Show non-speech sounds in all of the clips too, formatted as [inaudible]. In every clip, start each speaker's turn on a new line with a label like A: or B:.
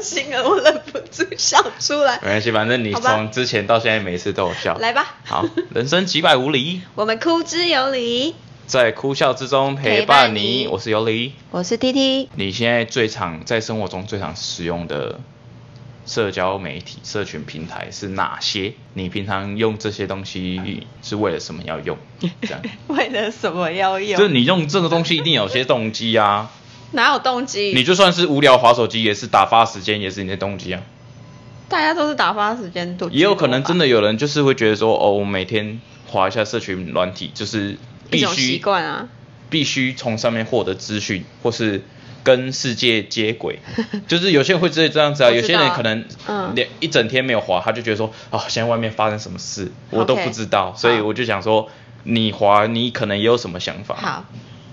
A: 心了，我忍不住笑出来。
B: [laughs] 没关系，反正你
A: 好吧
B: 从之前到现在每一次都有笑。
A: 来吧
B: 好，人生几百无理，
A: [laughs] 我们哭之有理，
B: 在哭笑之中陪
A: 陪
B: 伴
A: 伴
B: 你。
A: 你
B: 我是尤里。
A: 我是 T T，
B: 你现在最常在生活中最常使用的社交媒体、社群平台是哪些？你平常用这些东西是为了什么要用？
A: [laughs]
B: 这样，
A: 为了什么要用？
B: 就是你用这个东西一定有些动
A: [laughs]
B: 机啊。
A: 哪有动机？
B: 你就算是无聊划手机，也是打发时间，也是你的动机啊。
A: 大家都是打发时间度，
B: 也有可能真
A: 的
B: 的有人就是会觉得说，哦，我每天划一下社群软体，就是
A: 一
B: 必
A: 种习
B: 须
A: 惯啊。
B: 必须从上面获得资讯，或是跟世界接
A: [laughs]
B: 轨。就是有些人会直接这样子啊，
A: 我知
B: 有
A: 道
B: 些人可能
A: 嗯
B: 连一整天没有滑，他就觉得说，啊，现在外面发生什么事，我都
A: OK
B: 不知道，所以
A: 好
B: 我就想说，你滑，你可能也有什么想法？
A: 好，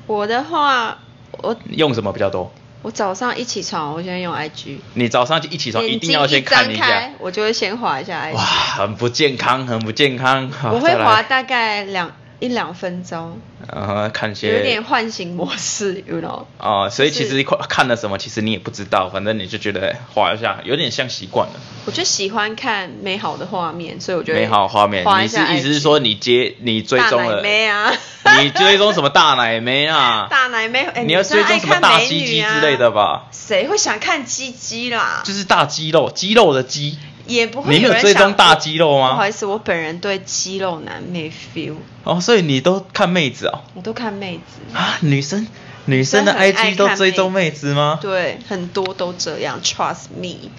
A: 我的话，我
B: 用什么比较多？
A: 我早上一起床，我先用 IG，
B: 你早上一起床一
A: 眼睛
B: 定要先看
A: 一
B: 一
A: 张
B: 下
A: 开，，我就会先滑一下 IG，
B: 哇，很不健康，很不健康。好
A: 我会
B: 再来
A: 滑大概两一两分钟，
B: 呃，看些
A: 有点唤醒模式，you know。
B: 哦，所以
A: 就是
B: 其实看看了什么，其实你也不知道，反正你就觉得哎划一下，有点像习惯了。
A: 我就喜欢看美好的画面，所以我觉得
B: 美好画面，你是意思是说你接你追
A: 大
B: 踪
A: 奶
B: 了，
A: 妹啊
B: [laughs] 你追踪什么大奶妹啊？
A: 大奶妹， [laughs] 哎、
B: 你要
A: 女生
B: 追踪什么大鸡
A: 爱
B: 鸡
A: 看美女啊
B: 之类的？吧？
A: 谁会想看鸡鸡啦？
B: 就是大肌肉，肌肉的肌。
A: 也不会
B: 你没
A: 有人
B: 追
A: 想
B: 踪大肌肉
A: 不好
B: 吗
A: 意？思，我本人对肌肉男没 feel，
B: 哦，所以你都看妹子哦？
A: 我都看妹子。
B: 啊，女生女生的
A: 真的很爱
B: IG 都
A: 看
B: 追踪
A: 妹
B: 妹子吗？
A: 对，很多都这样，trust me，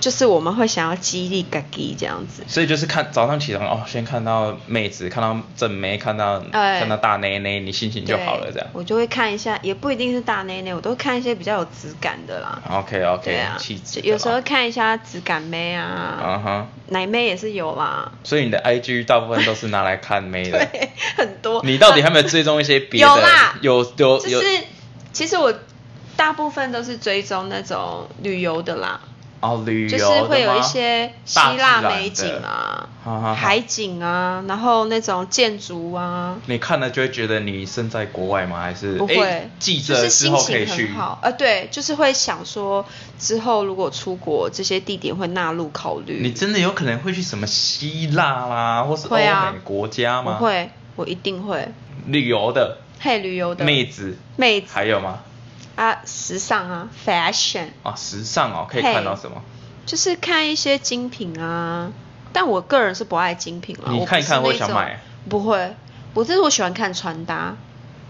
A: 就是我们会想要激励嘎叽这样子。
B: 所以就是看早上起床哦，先看到妹子，看到正妹，看到、
A: 哎
B: 看到大内内，你心情就好了这
A: 对。
B: 样
A: 我就会看一下，也不一定是大内内，我都看一些比较有质感的啦。
B: OK OK，
A: 对啊
B: 气，质
A: 就
B: 的
A: 有时候
B: 啦
A: 看一下质感妹
B: 啊
A: 啊，
B: 哈，
A: 奶妹也是有啊啦，
B: 所以你的 IG 大部分都是拿来看妹的。
A: [laughs] 对， [laughs] 很多。
B: 你到底还没有追踪一些别
A: 有
B: 的
A: 啦？
B: 有有
A: 就
B: 有
A: 是其实我大部分都是追踪那种旅游的啦，
B: 哦，旅游
A: 就是
B: 的
A: 会有一
B: 吗
A: 些希
B: 大自
A: 腊
B: 然
A: 美
B: 的
A: 景啊
B: 好好好、
A: 海景啊，然后那种建筑啊，
B: 你看了就会觉得你身在国外吗？还是
A: 不会
B: 诶记
A: 就
B: 着
A: 是
B: 之
A: 心
B: 后可以
A: 情
B: 去
A: 很好。呃，对，就是会想说之后如果出国，这些地点会纳入考虑。
B: 你真的有可能会去什么希腊啦，或是欧
A: 会啊
B: 美国家
A: 我
B: 吗？
A: 会，我一定会。
B: 旅游的
A: 嘿，旅游的
B: 妹子
A: 妹子
B: 还有吗？
A: 啊，时尚啊，fashion，
B: 啊，时尚哦，可以
A: 嘿
B: 看到什么？
A: 就是看一些精品啊。但我个人是不爱精品啊，
B: 你
A: 我
B: 看一
A: 不是
B: 看会
A: 那
B: 想
A: 种
B: 买？
A: 不会，我但是我喜欢看穿搭，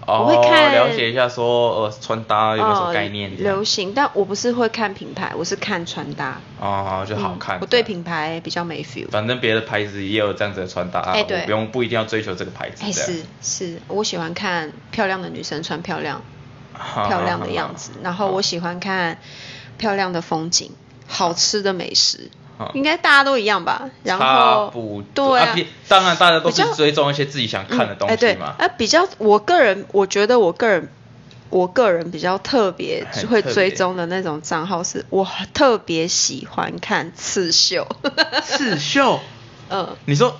B: 哦，
A: 我会看
B: 了解一下说呃穿搭有没有什
A: 哦
B: 么概念？这样
A: 流行，但我不是会看品牌，我是看穿搭，
B: 哦，就好看。
A: 嗯我对
B: 这样
A: 品牌比较没 feel。
B: 反正别的牌子也有这样子的穿搭，
A: 哎对
B: 我不用不一定要追求这个牌子。
A: 哎，
B: 这样
A: 是是，我喜欢看漂亮的女生穿漂亮、漂亮的样子，然
B: 哦
A: 后我喜欢看漂亮的风景、好吃的美食，
B: 好
A: 应该大家都一样吧？然
B: 哦啊差
A: 后
B: 不多
A: 对
B: 啊，比当然大家都
A: 比
B: 是
A: 较
B: 追踪一些自己想看的东
A: 哎、
B: 西
A: 对，
B: 嘛。
A: 啊，比较我个人，我觉得我个人，我个人比较特别
B: 很
A: 会
B: 特
A: 追
B: 别
A: 踪的那种账号是，我特别喜欢看刺绣。 [laughs]
B: 刺绣，
A: 嗯，
B: 你说，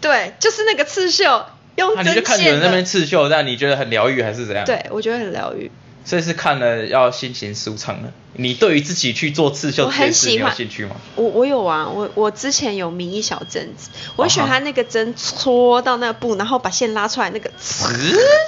A: 对，就是那个刺绣用
B: 啊、
A: 针线
B: 你
A: 哦
B: 就
A: 的。
B: 看有人在那边刺绣，但你觉得很疗愈还是怎样？，
A: 对，我觉得很疗愈。
B: 所以是看了要心情舒畅的。你对于自己去做刺
A: 我
B: 绣这
A: 很
B: 件事，你
A: 喜
B: 有
A: 欢 [laughs]
B: 兴趣吗？
A: 我我有啊，我我之前有名医小针子，我很喜欢
B: 啊哈
A: 它那个针戳到那个布，然后把线拉出来那个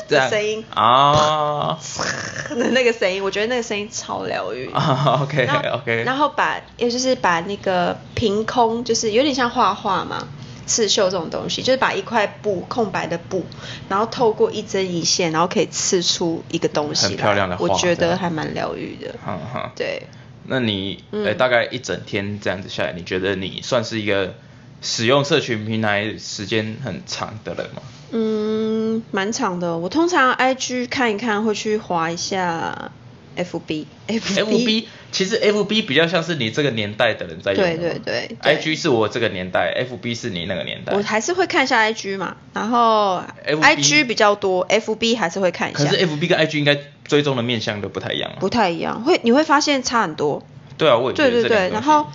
B: 这
A: 的
B: 样
A: 声音，
B: 啊
A: [laughs] 的那个声音，我觉得那个声音超疗愈。
B: 啊，OK
A: 然后
B: OK，
A: 然后把，也就是把那个凭空，就是有点像画画嘛，刺绣这种东西，就是把一块布空白的布，然后透过一针一线，然后可以刺出一个东西来
B: 很漂亮的画
A: 我觉
B: 这
A: 得
B: 样
A: 还蛮疗愈的。
B: 嗯哼
A: 对，
B: 那你
A: 嗯
B: 呃大概一整天这样子下来，你觉得你算是一个使用社群平台时间很长的人吗？
A: 嗯，蛮长的。我通常 IG 看一看，会去划一下 FB，FB
B: FB 其实 FB 比较像是你这个年代的人在用的嘛，
A: 对对对对
B: IG 是我这个年代，FB 是你那个年代
A: 我。还是会看一下 IG 嘛，然后
B: FB
A: IG 比较多，FB 还是会看一下
B: 可。是 FB 跟 IG 应该追踪的面向都不太一样啊。
A: 不太一样，会你会发现差很多。
B: 对啊，我也觉
A: 对对
B: 得这两
A: 对，
B: 个
A: 然
B: 东西
A: 后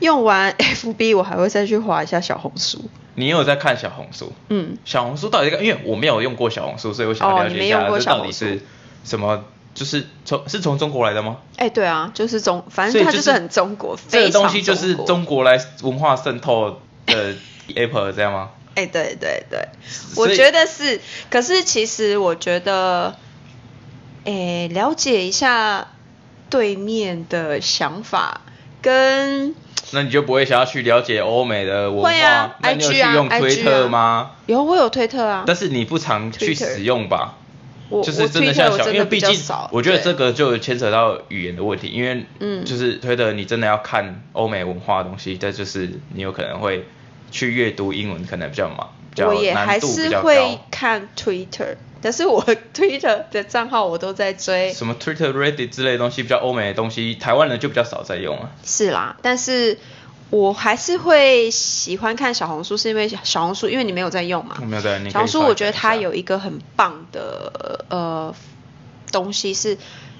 A: 用完 [laughs] FB，我还会再去划一下小红书。
B: 你也有在看小红书？
A: 嗯，
B: 小红书到底在干？因为我没有用过小红书，所以我想
A: 哦
B: 了
A: 你
B: 解
A: 没
B: 一下、
A: 用过
B: 这
A: 小
B: 到
A: 红
B: 底
A: 书
B: 是什么就是从是从中国来的吗？
A: 哎、对啊，就是中，反
B: 所
A: 正
B: 以
A: 它
B: 就是
A: 很中国，
B: 这
A: 非
B: 个
A: 常
B: 东西就是
A: 中国。
B: 中国来文化渗透
A: [laughs]
B: 的 app 这样吗？
A: 哎、对对对，
B: 所
A: 我
B: 以
A: 觉得是，可是其实我觉得，哎、了解一下对面的想法跟
B: 那你就不会想要去了解欧美的文
A: 会
B: 化？
A: 啊
B: 那你有去
A: ，IG 啊
B: 用推特吗？
A: 有我有推特啊，
B: 但是你不常去
A: Twitter
B: 使用吧？
A: 我
B: 就是
A: 我
B: 真的
A: Twitter
B: 像
A: 我
B: 小，
A: 真
B: 因
A: 的
B: 为
A: 比
B: 毕
A: 较
B: 竟
A: 少，
B: 我觉得
A: 对
B: 这个就牵扯到语言的问题，因为
A: 嗯
B: 就是推特你真的要看欧美文化的东西，但就是你有可能会去阅读英文，可能比较忙，比较
A: 我也还
B: 难度比
A: 是
B: 较
A: 会
B: 高。
A: 看 Twitter，但是我 [laughs] Twitter 的账号我都在追，
B: 什么 Twitter、Reddit 之类的东西，比较欧美的东西，台湾人就比较少在用啊了、
A: 是啦，但是我还是会喜欢看小红书，是因为小红书，因为你没有在用嘛
B: 我。没有在，你可以
A: 小红书
B: 稍微
A: 我觉得
B: 讲一
A: 它
B: 下
A: 有一个很棒的呃东西是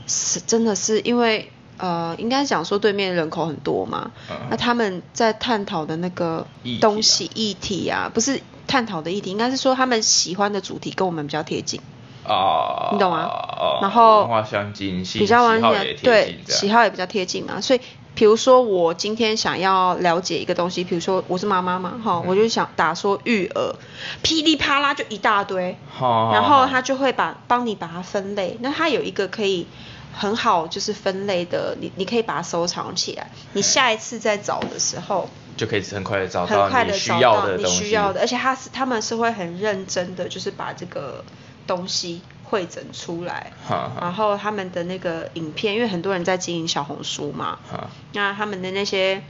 A: 是真的是因为呃应该讲说对面人口很多嘛，
B: 嗯
A: 那他们在探讨的那个
B: 议题啊
A: 东西议题啊，不是探讨的议题，应该是说他们喜欢的主题跟我们比较贴近。
B: 啊，
A: 你懂吗
B: 啊
A: 然后
B: 文化相近性，
A: 比较完
B: 喜好
A: 全
B: 也贴
A: 对
B: 近，这
A: 喜
B: 样。
A: 好也比较贴近嘛。所以，比如说我今天想要了解一个东西，比如说我是妈妈嘛，
B: 嗯
A: 哈、我就想打说育儿，噼里啪啦就一大堆，
B: 好好
A: 然
B: 好
A: 后他就会把帮你把它分类。那它有一个可以很好就是分类的，你你可以把它收藏起来，你下一次再找的时候。
B: 就可以很快的找
A: 很
B: 到
A: 快
B: 你
A: 的
B: 需
A: 找
B: 要
A: 到
B: 的
A: 你
B: 东西。
A: 需要的，而且他是他们是会很认真的，就是把这个东西汇整出来
B: 啊哈哈，
A: 然后他们的那个影片，因为很多人在经营小红书嘛
B: 啊哈，
A: 那他们的那些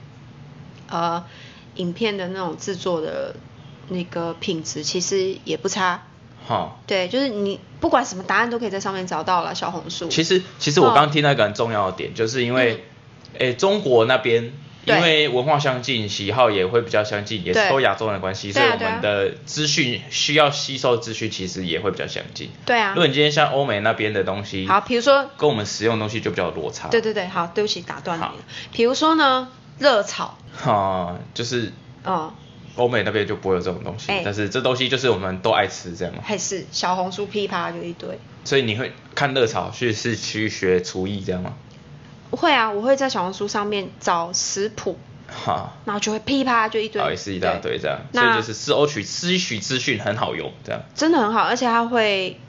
A: 呃影片的那种制作的那个品质其实也不差，
B: 哈。
A: 对，就是你不管什么答案都可以在上面找到了小红书。
B: 其实其实我
A: 嗯
B: 刚刚听到一个很重要的点，就是因为，诶、中国那边。
A: 对
B: 因为文化相近，喜好也会比较相近，也
A: 对
B: 是都亚洲人的关系，所
A: 对
B: 以
A: 啊
B: 我们的资讯需要吸收资讯，其实也会比较相近。
A: 对啊
B: 如果你今天像欧美那边的东西，
A: 好，比如说
B: 跟我们使用的东西就比较有落差。
A: 对对对，好，对不起打断你
B: 好
A: 了。比如说呢，热炒，
B: 哈、就是
A: 嗯。
B: 欧美那边就不会有这种东西，
A: 哎
B: 但是这东西就是我们都爱吃这样嘛，
A: 还是小红书噼啪就一堆。
B: 所以你会看热潮去是去学厨艺这样吗？
A: 会啊，我会在小红书上面找食谱，
B: 哈，
A: 然后就会噼啪就一堆，
B: 然后哦也是一大堆这样，所以
A: 那
B: 就是是欧取吸取资讯很好用这样，
A: 真的很好，而且它会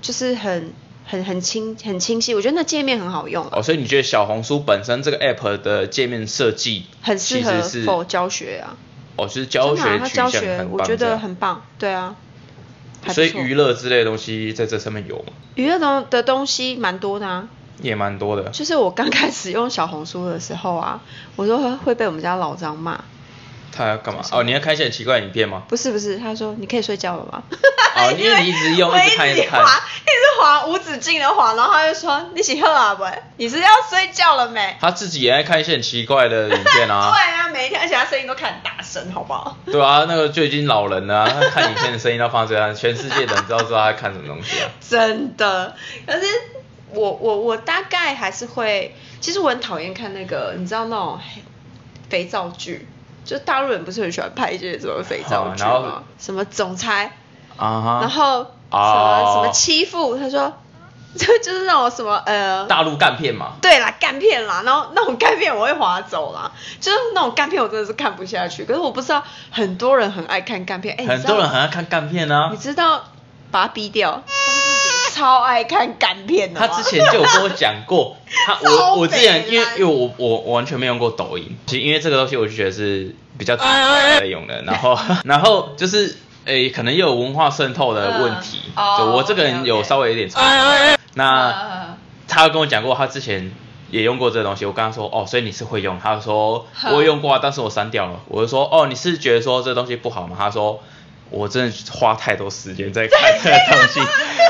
A: 就是很很很清很清晰，我觉得那界面很好用啊、
B: 哦，所以你觉得小红书本身这个 app 的界面设计
A: 很适
B: 其
A: 合
B: 实是
A: 否教学啊，
B: 哦，就是教
A: 真的啊
B: 学
A: 它
B: 取
A: 教
B: 向
A: 学
B: 很
A: 我
B: 棒
A: 觉
B: 这
A: 得
B: 样
A: 很棒，对啊，还不
B: 所以
A: 错
B: 娱乐之类的东西在这上面有吗
A: 娱乐的的东西蛮多的啊。
B: 也蛮多的，
A: 就是我刚开始用小红书的时候啊，我都会被我们家老张骂，
B: 他要干嘛？哦，你要看一些很奇怪的影
A: [laughs]
B: 片吗？
A: 不是不是，他说你可以睡觉了吗？
B: 哦，因为你一直用，
A: 我
B: 一直看，一直看
A: 滑，，一直滑无止境的滑，然后他就说：“你洗喝啊不？你是要睡觉了没
B: 他自己也爱看一些很奇怪的影？”片
A: [laughs]
B: 啊。
A: 对啊，每一天，而且他声音都看很大声，好不好？
B: 对啊，那个就已经老人了、啊，他看影片的声音都放这样， [laughs] 全世界的人都知道他在看什么东西啊。
A: 真的，可是我我我大概还是会，其实我很讨厌看那个，你知道那种肥皂剧，就大陆人不是很喜欢拍一些什么肥皂剧
B: 好然
A: 吗
B: 后？
A: 什么总裁，
B: 啊哈。
A: [laughs] 然后什么、
B: 哦
A: 什么欺负，他说 [laughs] 就就是那种什么呃
B: 大陆干片嘛，
A: 对啦，干片啦，然后那种干片我会划走啦，就是那种干片我真的是看不下去。可是我不知道很多人很爱看干片，哎、
B: 很多人很爱看干片啊
A: 你。知道把他逼掉，超爱看干片的
B: 他
A: 吗。
B: 之前就有跟我讲
A: [laughs]
B: 过，他
A: 超
B: 我我之前
A: 北
B: 因为
A: 蓝
B: 因为我我我完全没用过抖音，其实因为这个东西我就觉得是
A: 哎
B: 比较在用的，然后 [laughs] 然后就是诶、可能又有文化渗透的问题，
A: 嗯哦
B: 就我这个人
A: OK，OK 哎
B: 有稍微有点差，那。
A: 呃
B: 他跟我讲过，他之前也用过这个东西。我跟他说，哦，所以你是会用？他说我有用过啊，但是我删掉了。我就说，哦，你是觉得说这东西不好吗？他说，我真的花太多时间在看这个东
A: [laughs]
B: 西。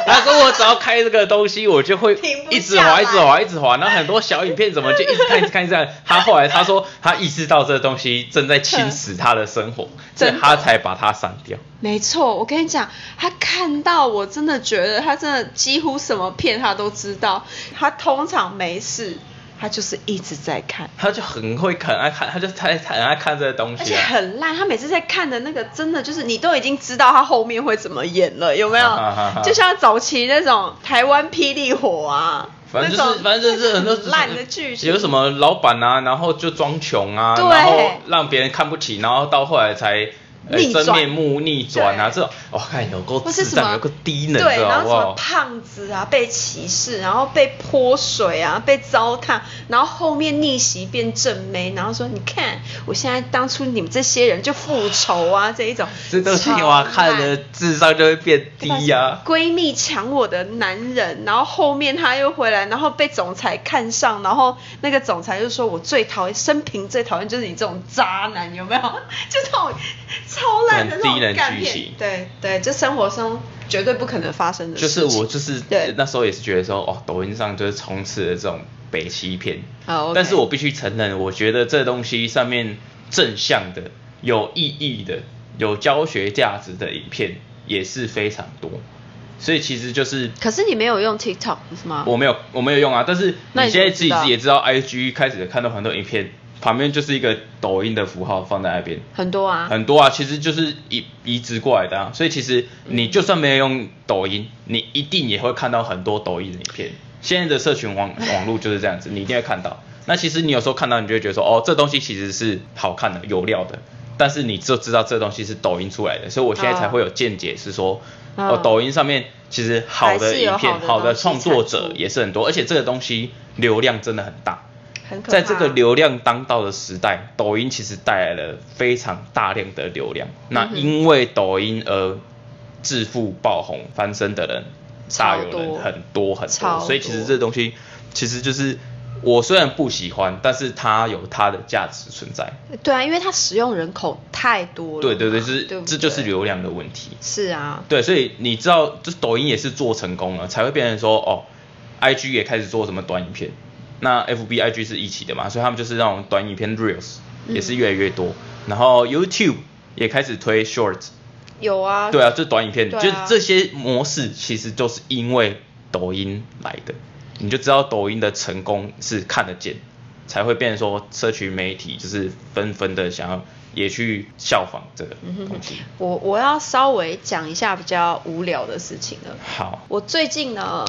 B: 他说我只要开这个东西，我就会
A: 停不
B: 一直
A: 下
B: 滑，
A: 来
B: 一直滑，一直滑，然后很多小影片怎么就一直看，一直看，一直看。他后来他说他意识到这个东西正在侵蚀他的生活，所以
A: 真的
B: 他才把它删掉。
A: 没错，我跟你讲，他看到我真的觉得他真的几乎什么片他都知道，他通常没事。他就是一直在看，
B: 他就很会很爱看，他就太太很爱看这些东
A: 而
B: 西、
A: 且
B: 啊。？
A: 很烂。他每次在看的那个，真的就是你都已经知道他后面会怎么演了，有没有
B: 啊
A: 就像早期那种台湾霹雳火啊，
B: 反正就
A: 那
B: 是，
A: 种
B: 反正就是很多
A: 烂的剧情，
B: 有什么老板啊，然后就装穷啊，
A: 对
B: 然后让别人看不起，然后到后来才、呃
A: 逆转
B: 真面目逆转啊，
A: 对
B: 这种我、哦、看有够
A: 或是
B: 智
A: 什么
B: 障，有够低能
A: 对，
B: 的
A: 然后
B: 好不
A: 什么
B: 好？
A: 胖子啊被歧视，然后被泼水啊，被糟蹋，然后后面逆袭变正妹，然后说你看我现在当初你们这些人就复仇啊这一种，
B: 这东西
A: 超
B: 哇，看
A: 烂
B: 了智商就会变低啊呀、
A: 闺蜜抢我的男人，然后后面她又回来，然后被总裁看上，然后那个总裁就说：“我最讨厌，生平最讨厌就是你这种渣男，有没有？ [laughs] 就这种超烂的那
B: 很低能
A: 种干
B: 剧
A: 片
B: 情。”
A: 对对，就生活中绝对不可能发生的
B: 就
A: 事
B: 是
A: 情。
B: 我就是
A: 对
B: 那时候也是觉得说，哦，抖音上就是充斥了这种北欺片。
A: 好，OK
B: 但是我必须承认，我觉得这东西上面正向的、有意义的、有教学价值的影片也是非常多，所以其实就是
A: 可是你没有用 TikTok 不是吗？
B: 我没有我没有用啊，但是
A: 那
B: 你
A: 你
B: 现在
A: 怎么
B: 自己
A: 知道
B: 也知道，IG 开始看到很多影片，旁边就是一个抖音的符号放在那边，
A: 很多啊，
B: 很多啊，其实就是移移植过来的啊，所以其实你就算没有用抖音，你一定也会看到很多抖音的影片。现在的社群网网络就是这样子，你一定会看到。那其实你有时候看到，你就会觉得说，哦，这东西其实是好看的、有料的，但是你就知道这东西是抖音出来的，所以我现在才会有见解，是说，
A: 哦
B: 哦，抖音上面其实好
A: 还
B: 的
A: 是有
B: 影片
A: 好、的
B: 好
A: 东
B: 的
A: 西
B: 创作
A: 产
B: 者
A: 出
B: 也是很多，而且这个东西流量真的很大。
A: 很可怕。
B: 在这个流量当道的时代，抖音其实带来了非常大量的流量。
A: 嗯
B: 那因为抖音而致富爆红翻身的人，大有人很多很
A: 超
B: 多。
A: 多
B: 所以其实这东西其实就是我虽然不喜欢，但是它有它的价值存在。
A: 对啊，因为它使用人口太多了嘛。
B: 对对对，就是
A: 啊对不
B: 这就是
A: 对
B: 流量的问题。
A: 是啊，
B: 对，所以你知道，就是抖音也是做成功了，才会变成说，哦，IG 也开始做什么短影片，那 FB、IG 是一起的嘛，所以他们就是那种短影片 Reels 也
A: 嗯
B: 是越来越多，然后 YouTube 也开始推 Short，
A: 有啊。
B: 对啊，就短影片，
A: 对啊
B: 就是这些模式其实都是因为抖音来的，你就知道抖音的成功是看得见，才会变成说社群媒体就是纷纷的想要也去效仿这个
A: 嗯哼
B: 东西。
A: 我我要稍微讲一下比较无聊的事情了。
B: 好，
A: 我最近呢，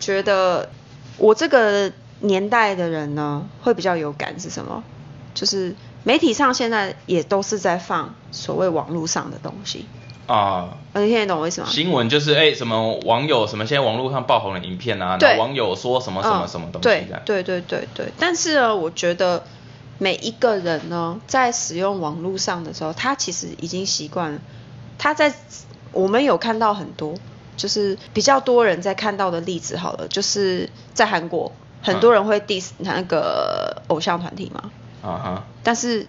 A: 觉得我这个年代的人呢，会比较有感是什么？就是媒体上现在也都是在放所谓网络上的东西，
B: 啊、
A: 呃你现在懂我意思吗？
B: 新闻就是哎、什么网友什么现在网络上爆红的影片啊，
A: 对
B: 然后网友说什么什么
A: 嗯
B: 什么东西
A: 对
B: 这样。
A: 对对对对，但是呢，我觉得每一个人呢，在使用网络上的时候，他其实已经习惯了。他在我们有看到很多，就是比较多人在看到的例子好了，就是在韩国，很
B: 嗯
A: 多人会 diss 那个偶像团体嘛，
B: 啊哈，
A: 但是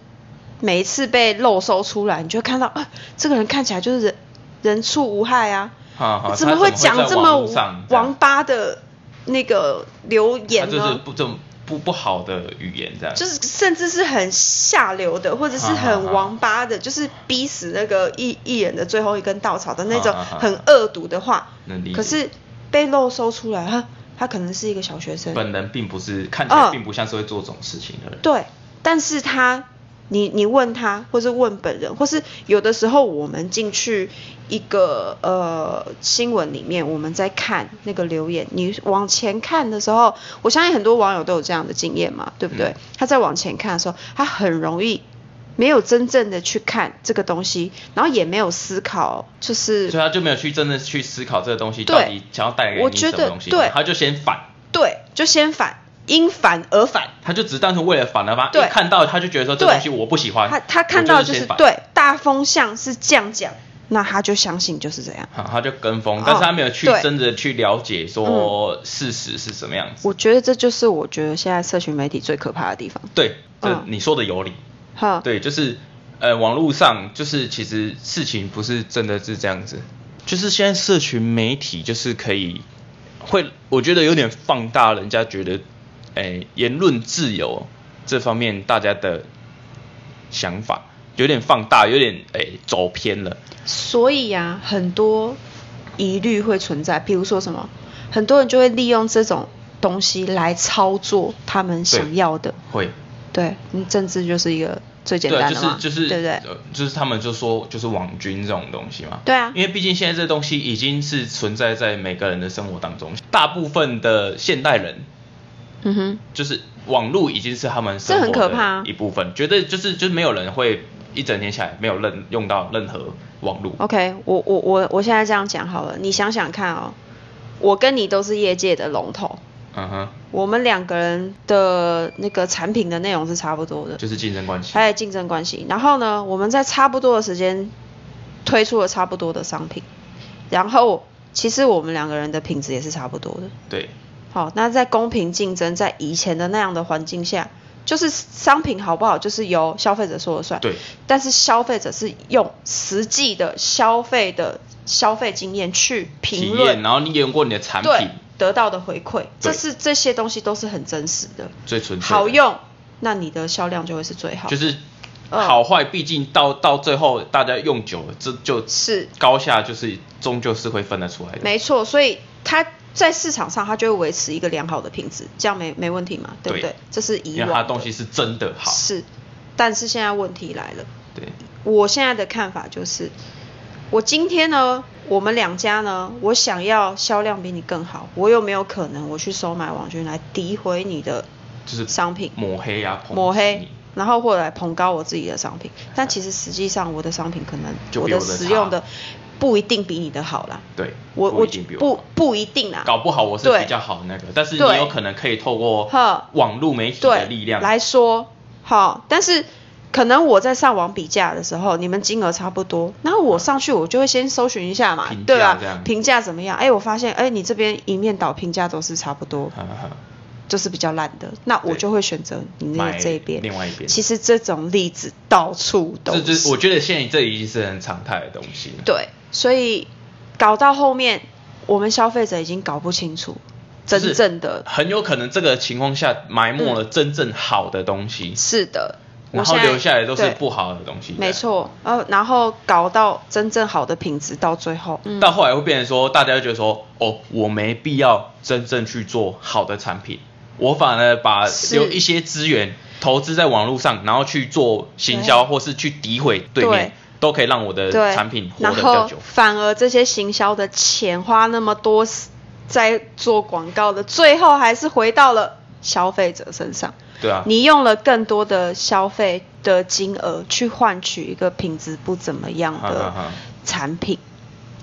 A: 每一次被漏搜出来，你就会看到啊，这个人看起来就是人人畜无害啊，
B: 哈哈，
A: 怎么会讲
B: 这
A: 这么王
B: 王
A: 八的那个留
B: 他
A: 言
B: 就是
A: 呢？
B: 不这种不不好的语言这样。
A: 就是甚至是很下流的，或者是很王八的，就是逼死那个艺艺人的最后一根稻草的那种
B: 啊啊啊
A: 很恶毒的话
B: 能理。解
A: 可是被漏搜出来，他他可能是一个小学生，
B: 本人并不是看起来
A: 嗯
B: 并不像是会做这种事情的人。
A: 对，但是他，你你问他，或是问本人，或是有的时候我们进去一个呃新闻里面，我们在看那个留言，你往前看的时候，我相信很多网友都有这样的经验嘛，对不对？
B: 嗯
A: 他在往前看的时候，他很容易。没有真正的去看这个东西，然后也没有思考，就是
B: 所以他就没有去真的去思考这个东西
A: 对
B: 到底想要带给
A: 我
B: 你
A: 觉
B: 什么
A: 得
B: 东西，
A: 对
B: 他就先反，
A: 对，就先反，因反而反，
B: 他就只是单纯为了反而反，
A: 对
B: 一看到他就觉得说这
A: 对
B: 东西我不喜欢，
A: 他他看
B: 我
A: 到就
B: 就是
A: 是
B: 先反，
A: 对大风向是这样讲，那他就相信就是这样。
B: 哈他就跟风
A: 哦，
B: 但是他没有去
A: 对嗯
B: 真的去了解说事实是什么样子。
A: 我觉得这就是我觉得现在社群媒体最可怕的地方。
B: 对，这
A: 嗯
B: 你说的有理。
A: 哈，
B: 对，就是呃，网络上就是其实事情不是真的是这样子，就是现在社群媒体就是可以会，我觉得有点放大人家觉得，哎、言论自由这方面大家的想法有点放大，有点哎、走偏了。
A: 所以啊呀、很多疑虑会存在，比如说什么，很多人就会利用这种东西来操作他们想要的。
B: 会，
A: 对，嗯政治就是一个最简
B: 对，
A: 单
B: 啊就
A: 的
B: 是
A: 嘛，
B: 就是
A: 对不对？
B: 呃就是他们就说就是网军这种东西嘛。
A: 对啊
B: 因为毕竟现在这东西已经是存在在每个人的生活当中，大部分的现代人
A: 嗯哼，
B: 就是网络已经是他们生
A: 这很
B: 活
A: 可怕
B: 的
A: 啊
B: 一部分，绝对就是就是没有人会一整天下来没有任用到任何网络。
A: OK，我我我我现在这样讲好了，你想想看哦，我跟你都是业界的龙头，
B: 嗯哼，
A: 我们两个人的那个产品的内容是差不多的，
B: 就是竞争关系。
A: 还有竞争关系。然后呢，我们在差不多的时间推出了差不多的商品，然后其实我们两个人的品质也是差不多的。
B: 对，
A: 好，那在公平竞争，在以前的那样的环境下，就是商品好不好，就是由消费者说了算。
B: 对。
A: 但是消费者是用实际的消费的消费经验去
B: 体
A: 评
B: 验，
A: 论，
B: 然后你用过你的产
A: 对
B: 品，
A: 得到的回馈，这
B: 对
A: 是这些东西都是很真实的，
B: 最纯粹的
A: 好用，那你的销量就会是最好。
B: 就是
A: 嗯
B: 好坏，毕竟到到最后大家用久了，这就是
A: 是
B: 高下就是终究是会分得出来的。
A: 没错，所以它在市场上它就会维持一个良好的品质，这样没没问题嘛，对不
B: 对
A: 对？这是以
B: 因为
A: 往
B: 它
A: 的
B: 东西是真的好。
A: 是，但是现在问题来了。
B: 对，
A: 我现在的看法就是，我今天呢，我们两家呢，我想要销量比你更好，我有没有可能我去收买网军来诋毁你的
B: 就是
A: 商品，
B: 抹黑啊，抨击
A: 抹黑
B: 你，
A: 然后或者来捧高我自己的商品？但其实实际上我的商品可能
B: 哎就
A: 我
B: 比我
A: 的
B: 的
A: 使
B: 差
A: 用的不一定比你的好啦。
B: 对，
A: 我
B: 不
A: 我
B: 一定比我
A: 不
B: 好
A: 不一定啦，
B: 搞不好我是
A: 对
B: 比较好的那个，但是你
A: 啊对
B: 有可能可以透过
A: 呵
B: 网络媒体的
A: 对
B: 力量
A: 来说，好，但是可能我在上网比价的时候，你们金额差不多，那我上去我就会先搜寻一下嘛
B: 评价，
A: 对吧
B: 这样？
A: 评价怎么样？哎，我发现哎，你这边一面倒评价都是差不多，
B: 呵呵
A: 就是比较烂的，那我
B: 对
A: 就会选择你那
B: 买
A: 个这一边。
B: 另外一边
A: 其实这种例子到处都
B: 这就是
A: 是，
B: 我觉得现在这已经是很常态的东西了。
A: 对，所以搞到后面，我们消费者已经搞不清楚
B: 就
A: 真
B: 是
A: 正的，
B: 很有可能这个情况下埋没了真正好的东西，
A: 是的。我
B: 然后
A: 现在
B: 留下来都是
A: 对
B: 不好的东西。
A: 没错，呃，然后搞到真正好的品质，到最后，嗯，
B: 到后来会变成说，大家就觉得说，哦，我没必要真正去做好的产品，我反而把
A: 是
B: 有一些资源投资在网络上，然后去做行销，或是去诋毁对面
A: 对，
B: 都可以让我的
A: 对，
B: 产品活得
A: 然
B: 比较
A: 后
B: 久。
A: 反而这些行销的钱花那么多在做广告的，最后还是回到了消费者身上。
B: 对啊，
A: 你用了更多的消费的金额去换取一个品质不怎么样
B: 哈哈
A: 的
B: 哈
A: 产品，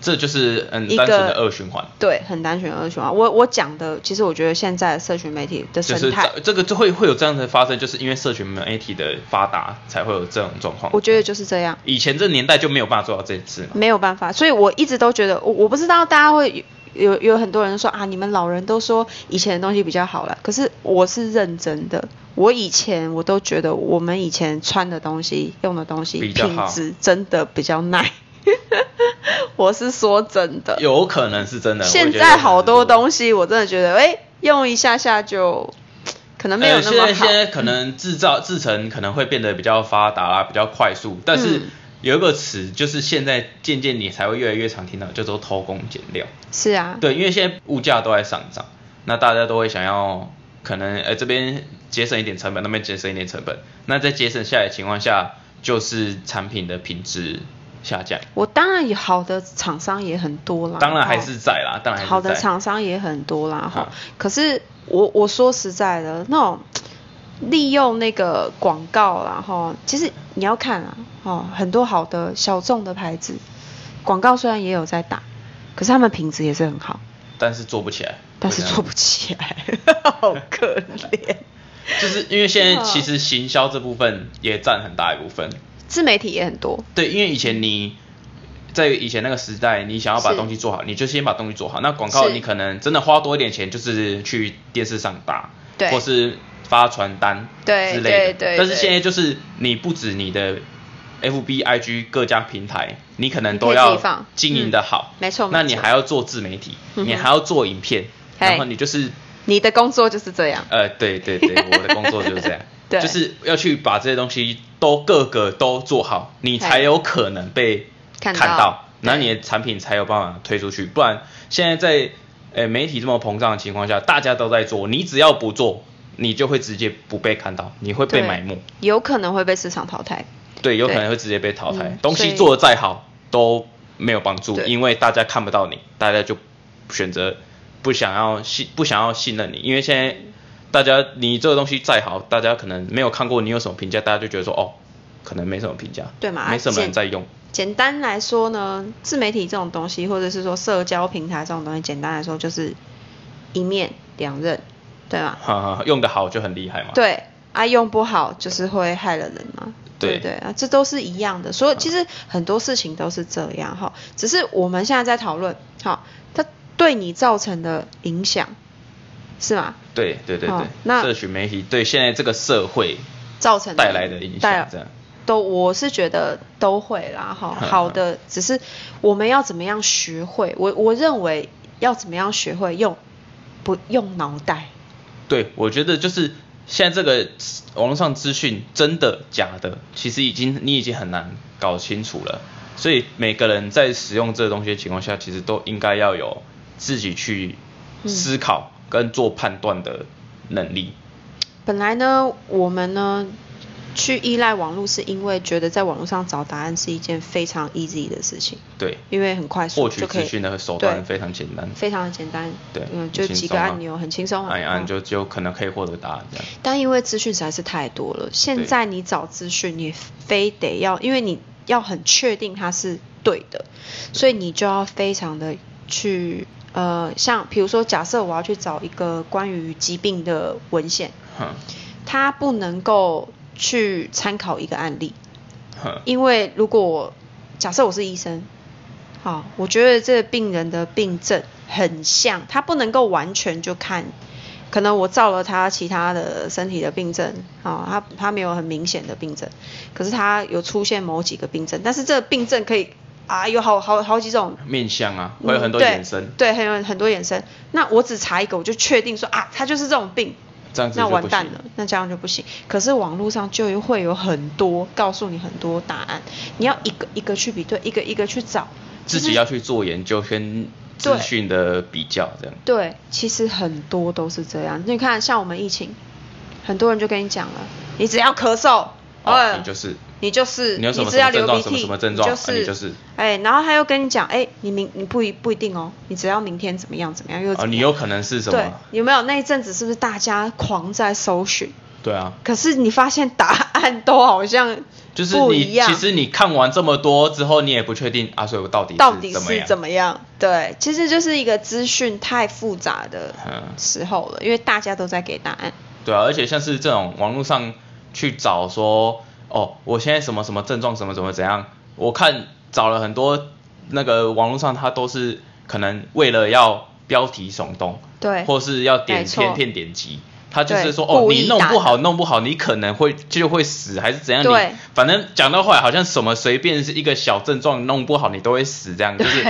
B: 这就是嗯
A: 一
B: 单纯的
A: 个
B: 恶循环，
A: 对，很难选二选啊。我我讲的，其实我觉得现在的社群媒体的
B: 就是
A: 生态，
B: 这个就会会有这样的发生，就是因为社群媒体的发达才会有这种状况
A: 我。觉得就是这样。
B: 以前这年代就没有办法做到这件事嘛，
A: 没有办法，所以我一直都觉得，我我不知道大家会有有有很多人说啊，你们老人都说以前的东西比较好了，可是我是认真的，我以前我都觉得我们以前穿的东西、用的东西
B: 比较好
A: 品质真的比较耐， [laughs] 我是说真的。
B: 有可能是真的。我
A: 呃现
B: 觉得有可
A: 在
B: 能
A: 好
B: 是
A: 多
B: 真的
A: 东西我真的觉得，哎、用一下下就可能没有
B: 呃
A: 那
B: 现
A: 么好。
B: 在现在可能制造制成可能会变得比较发达啦，比较快速，但是
A: 嗯
B: 有一个词就是现在渐渐你才会越来越常听到，叫做偷工减料。
A: 是啊，
B: 对，因为现在物价都在上涨，那大家都会想要可能呃这边节省一点成本，那边节省一点成本，那在节省下来的情况下，就是产品的品质下降。
A: 我当然有好的厂商也很多啦，
B: 当然还
A: 哦
B: 是在啦，当然还是在。
A: 好的厂商也很多啦哈
B: 啊。
A: 可是我我说实在的，那种利用那个广告啦哈，其实你要看啊，哦，很多好的小众的牌子，广告虽然也有在打，可是他们品质也是很好，
B: 但是做不起来。
A: 但是
B: 我这样
A: 做不起来， [laughs] 好可怜。
B: 就是因为现在
A: 嗯
B: 其实行销这部分也占很大一部分。
A: 自媒体也很多，
B: 对，因为以前你在以前那个时代，你想要把
A: 是
B: 东西做好，你就先把东西做好。那广告
A: 是
B: 你可能真的花多一点钱，就是去电视上打，
A: 对
B: 或是发传单，
A: 对
B: 之
A: 对
B: 类的。
A: 对
B: 但是
A: 对
B: 现在就是你不止你的 FB、IG 各家平台，你可能
A: 你
B: 都
A: 可以
B: 要
A: 自己放
B: 经营的好，
A: 嗯没错
B: 那
A: 没
B: 你
A: 错
B: 还要做自媒体，
A: 嗯哼
B: 你还要做影片，
A: 嘿
B: 然后你就是
A: 你的工作就是这样。，
B: 呃，对对对，我的工作就是这样
A: [laughs] 对
B: 就是要去把这些东西都各个都做好，你才有可能被
A: 看
B: 到
A: 到，
B: 然后你的产品才有办法推出去，不然现在在哎，媒体这么膨胀的情况下，大家都在做，你只要不做，你就会直接不被看到，你会被
A: 对
B: 埋没，
A: 有可能会被市场淘汰。
B: 对，有可
A: 对
B: 能会直接被淘汰。
A: 嗯
B: 东西
A: 所以
B: 做的再好都没有帮助，
A: 对
B: 因为大家看不到你，大家就选择不想要信，不想要信任你，因为现在大家你这个东西再好，大家可能没有看过你有什么评价，大家就觉得说哦，可能没什么评价，
A: 对嘛
B: 没什么
A: 啊
B: 人
A: 见
B: 在用，
A: 简单来说呢，自媒体这种东西，或者是说社交平台这种东西，简单来说就是一面两刃，对吗？
B: 哈哈，用的好就很厉害嘛。
A: 对，啊，用不好就是会害了人嘛。
B: 对
A: 对
B: 啊
A: 不对啊，这都是一样的，所以其实很多事情都是这样哈，只是我们现在在讨论，好，它对你造成的影响是吗？
B: 对对对对
A: 好哦那
B: 社群媒体对现在这个社会
A: 造成
B: 带来的影
A: 带
B: 响，这样
A: 都我是觉得都会啦哈，
B: 嗯
A: 好的，只是我们要怎么样学会，我我认为要怎么样学会用不用脑袋，
B: 对，我觉得就是现在这个网络上资讯真的假的，其实已经你已经很难搞清楚了。所以每个人在使用这个东西的情况下，其实都应该要有自己去
A: 嗯
B: 思考跟做判断的能力。
A: 本来呢，我们呢去依赖网络，是因为觉得在网络上找答案是一件非常 easy 的事情，
B: 对，
A: 因为很快速
B: 获取
A: 就可以
B: 资讯的手段
A: 对
B: 非常简单，
A: 非常的简单，
B: 对，
A: 嗯，就
B: 很轻
A: 几
B: 松
A: 个
B: 啊
A: 按钮很轻松啊，
B: 按一按
A: 嗯
B: 就就可能可以获得答案这样。
A: 但因为资讯实在是太多了，现在你找资讯，你非得要，因为你要很确定它是对的，所以你就要非常的去，呃，像比如说，假设我要去找一个关于疾病的文献，
B: 哼
A: 它不能够去参考一个案例，
B: 哼，
A: 因为如果我假设我是医生，好，我觉得这个病人的病症很像，他不能够完全就看，可能我照了他其他的身体的病症，啊，他他没有很明显的病症，可是他有出现某几个病症，但是这个病症可以啊，有好好好几种。
B: 面相啊，会有很多
A: 嗯对
B: 衍生，
A: 对，很有很多衍生。那我只查一个，我就确定说啊，他就是这种病，
B: 这样子
A: 那
B: 就
A: 完
B: 不
A: 蛋
B: 行
A: 了，那这样就不行。可是网络上就会有很多告诉你很多答案，你要一个一个去比对，一个一个去找。
B: 自己要去做研究跟资
A: 对
B: 讯的比较这样。
A: 对，其实很多都是这样。你看，像我们疫情，很多人就跟你讲了，你只要咳嗽，
B: 哦，
A: 嗯，
B: 你就是
A: 你就是，
B: 你有什么
A: 只要
B: 什么
A: 流
B: 症
A: 鼻
B: 状
A: 涕，
B: 什么什么症状
A: 你
B: 啊
A: 是，
B: 你就是
A: 哎，然后他又跟你讲，哎，你明你不一不一定哦，你只要明天怎么样怎么样又怎
B: 啊，
A: 么
B: 你
A: 样
B: 有可能是什
A: 对
B: 么？，
A: 有没有那一阵子是不是大家狂在搜寻？
B: 对啊，
A: 可是你发现答案都好像
B: 就是
A: 不
B: 你
A: 一样，
B: 其实你看完这么多之后，你也不确定啊，所以我到底
A: 到底
B: 怎么
A: 是
B: 样？
A: 怎么样？对，其实就是一个资讯太复杂的
B: 嗯
A: 时候了，因为大家都在给答案。
B: 对啊，而且像是这种网络上去找说，哦，我现在什么什么症状，什么什么怎样，我看找了很多那个网络上，它都是可能为了要标题耸动，
A: 对
B: 或是要点
A: 没错
B: 片片点击。他就是
A: 对
B: 说，哦，
A: 故意
B: 你弄不
A: 打
B: 好，
A: 的
B: 弄不好，你可能会就会死，还是怎样？
A: 对
B: 你反正讲到后来，好像什么随便是一个小症状弄不好，你都会死这样。就是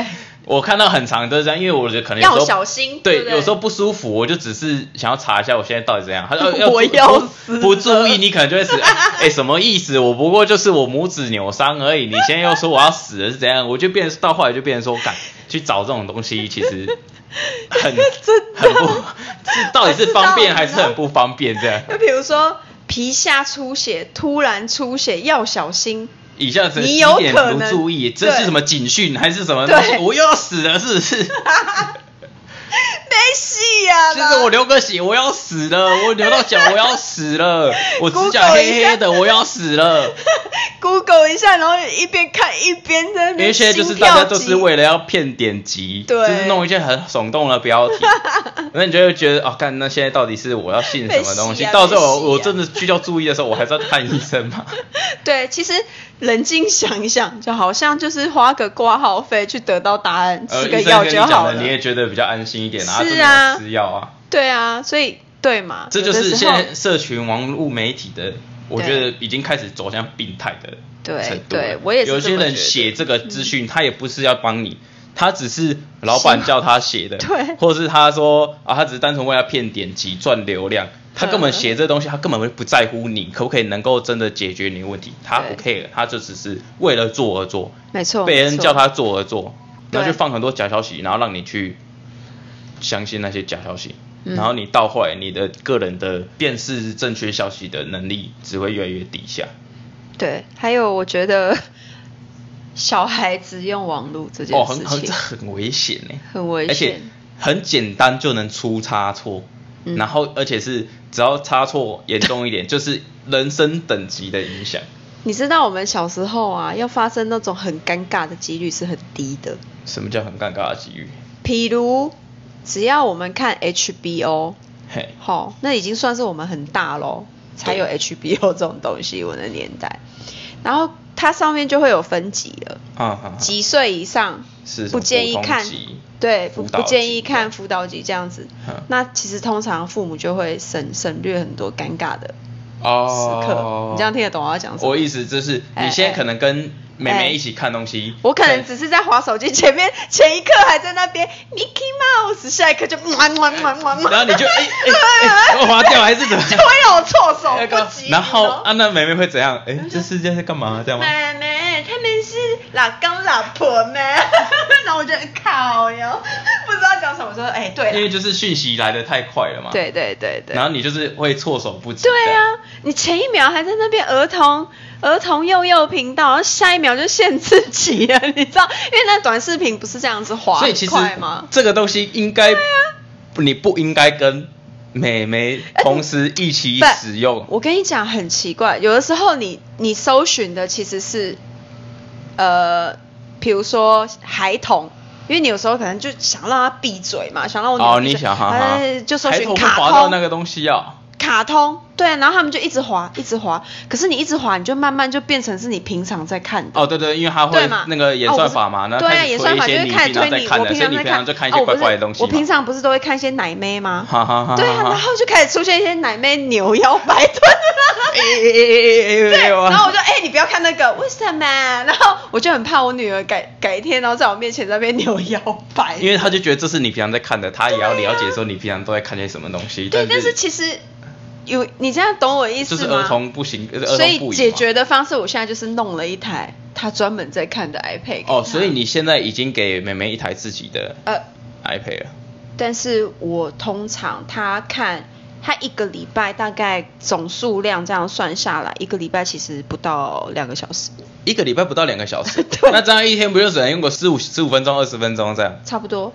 B: 我看到很长都是这样，因为我觉得可能有时候
A: 要小心
B: 对，
A: 对不对
B: 有时候不舒服，我就只是想要查一下我现在到底怎
A: [laughs]
B: 样。他说呃要
A: 我
B: 注意
A: 要
B: 不
A: 死
B: 不注意，你可能就会死。
A: [laughs]
B: 哎、哎什么意思？我不过就是我拇指扭伤而已。你现在又说我要死了是怎样？我就变成到后来就变成说，敢去找这种东西，其
A: [laughs]
B: 实很很不，是到底是方便还是很不方便这样？
A: 就比如说皮下出血、突然出血要小心，
B: 以下是
A: 你
B: 一
A: 有
B: 点
A: 可
B: 不
A: 能
B: 注意，这是
A: 对
B: 什么警讯还是什么东西？
A: 对
B: 我又要死了是不是？
A: 没戏啊呀、
B: [laughs] 其实我流个血，我要
A: [laughs]
B: 死了，我流到脚，我要死了，我指甲
A: Google
B: 黑黑的，我要死
A: [laughs]
B: 了。
A: Google 一下，然后一边看一边在那
B: 因为
A: 边
B: 现
A: 心
B: 在
A: 跳急。
B: 啊就是大家都是为了要骗点击，
A: 对
B: 就是弄一些很耸动的标
A: [laughs]
B: 题，那你就会觉得哦，看那现在到底是我要信什么东
A: 被
B: 西？
A: 洗啊
B: 到时候
A: 被洗
B: 我
A: 啊
B: 我真的需要注意的时候，我还是要看医生
A: [laughs]
B: 嘛。
A: 对，其实冷静想一想，就好像就是花个挂号费去得到答案，
B: 呃，
A: 吃
B: 医
A: 个
B: 生
A: 药
B: 跟你
A: 就
B: 讲
A: 好
B: 了，
A: 了。
B: 你也觉得比较安心一点啊，
A: 是
B: 真的有
A: 啊
B: 吃药啊，
A: 对啊，所以对嘛，
B: 这就
A: 有
B: 是
A: 的时
B: 现
A: 候
B: 在社群网络媒体的，我觉得已经开始走向病态的
A: 对
B: 程度了啊
A: 对我也是
B: 有
A: 这
B: 些
A: 么觉
B: 人
A: 得嗯
B: 写这个资讯，他也不是要帮你，他只是老板叫他写的，
A: 是吗 [laughs] 对
B: 或者是他说啊，他只是单纯为了骗点击赚流量，他
A: 嗯
B: 根本写这东西，他根本不在乎你可不可以能够真的解决你的问题，他不 care，他就只是为了做而做，
A: 没错，
B: 被人
A: 没错
B: 叫他做而做，然后
A: 对
B: 就放很多假消息，然后让你去相信那些假消息，
A: 嗯
B: 然后你到后来你的个人的辨识正确消息的能力只会越来越低下。
A: 对，还有我觉得 [laughs] 小孩子用网络这件
B: 哦，
A: 事
B: 很很
A: 情，
B: 这很危险呢，
A: [laughs] 很危
B: 而且
A: 险
B: 很简单就能出差错，
A: 嗯
B: 然后而且是只要差错严重一点， [laughs] 就是人生等级的影响。
A: 你知道我们小时候啊，要发生那种很尴尬的几率是很低的。
B: 什么叫很尴尬的机遇？
A: 譬如，只要我们看 HBO，
B: 嘿，
A: 好、那已经算是我们很大咯，才有 HBO 这种东西。我的年代，然后它上面就会有分级了，
B: 啊啊，啊
A: 几岁以上
B: 是什
A: 不
B: 么
A: 建议
B: 普通
A: 看
B: 级，
A: 对，不
B: 辅导
A: 不建议
B: 级
A: 看辅导级这样子
B: 嗯。
A: 那其实通常父母就会省省略很多尴尬的
B: 哦，
A: 时刻。你这样听得懂我要讲什么？
B: 我意思就是，
A: 哎
B: 你现在可能跟妹
A: 哎
B: 妹一起看东西，
A: 我可能只是在划手机，前面前一刻还在那边 Mickey Mouse，下一刻就嘛嘛嘛嘛嘛，
B: 然后你就哎哎哎，我划掉还是怎么
A: 就
B: 样？
A: 会让我措手不及。
B: 哎然后
A: 你嗯知道
B: 啊，那妹妹会怎样？哎，这世界在干嘛？这样吗？
A: 妹妹他们是老公老婆吗？然后我就靠哟，不知道讲什么，说哎、对
B: 因为
A: 啦，
B: 就是讯息来的太快了嘛。。
A: 对对对对
B: 啊然，后你就是会措手不及。
A: 对啊，你前一秒还在那边儿童儿童幼幼频道，然后下一秒就限制级了， [laughs] 你知道？因为那短视频不是这样子
B: 这样。
A: 滑
B: 所以其
A: 很
B: 实
A: 快吗？
B: 这个东西应该，你不应该跟妹妹同时一起
A: 不
B: 使用。
A: 我跟你讲，很奇怪，有的时候你你搜寻的其实是，呃，比如说孩童。因为你有时候可能就想让他闭嘴嘛，想让我女
B: 哦，
A: 儿闭
B: 你
A: 嘴
B: 想哈哈
A: 哎，就搜
B: 抬
A: 寻
B: 头
A: 卡
B: 滑到
A: 通，
B: 那个东西啊。
A: 卡通，对，啊然后他们就一直滑，一直滑，可是你一直滑，你就慢慢就变成是你平常在看的。
B: 哦，对对，因为它
A: 对
B: 会
A: 嘛？
B: 那个演
A: 啊我
B: 算
A: 不是
B: 法嘛，那
A: 对啊，
B: 开始
A: 演
B: 推
A: 算
B: 一
A: 法就
B: 些
A: 会开始
B: 你平
A: 推你，我平常在
B: 常在看的，所以你平常就看一
A: 啊
B: 些
A: 我不
B: 怪
A: 是
B: 怪的东西嘛。
A: 我平常不是都会看一些奶妹
B: [laughs]
A: 吗？
B: 哈哈哈哈哈。
A: 对啊，然后就开始出现一些奶妹扭腰摆臀，
B: [laughs] 哎哎哎哎哎哎
A: 对，[laughs]
B: 哎，
A: 然后我就哎、你不要看那个，为什么？ [laughs] 然后我就很怕我女儿改改天，然后在我面前在那边扭 [laughs] 腰摆。
B: 因为他就觉得这是你平常在看的，他也要了解说你平常都在看些什么东西。
A: 对，但
B: 是
A: 是其实有你这样懂我意
B: 就
A: 思
B: 是
A: 吗？
B: 儿童不行，呃儿
A: 所
B: 童
A: 以
B: 不宜
A: 解
B: 嘛
A: 决的方式，我现在就是弄了一台他专门在看的 iPad 给
B: 哦，
A: 她
B: 所以你现在已经给妹妹一台自己的
A: 呃，
B: iPad 啊了。
A: 但是我通常他看他一个礼拜大概总数量这样算下来，一个礼拜其实不到两个小时，
B: 一个礼拜不到两个小 [laughs] 时，那这样一天不就只能用个十五十五分钟、二十分钟这样？
A: 差不多。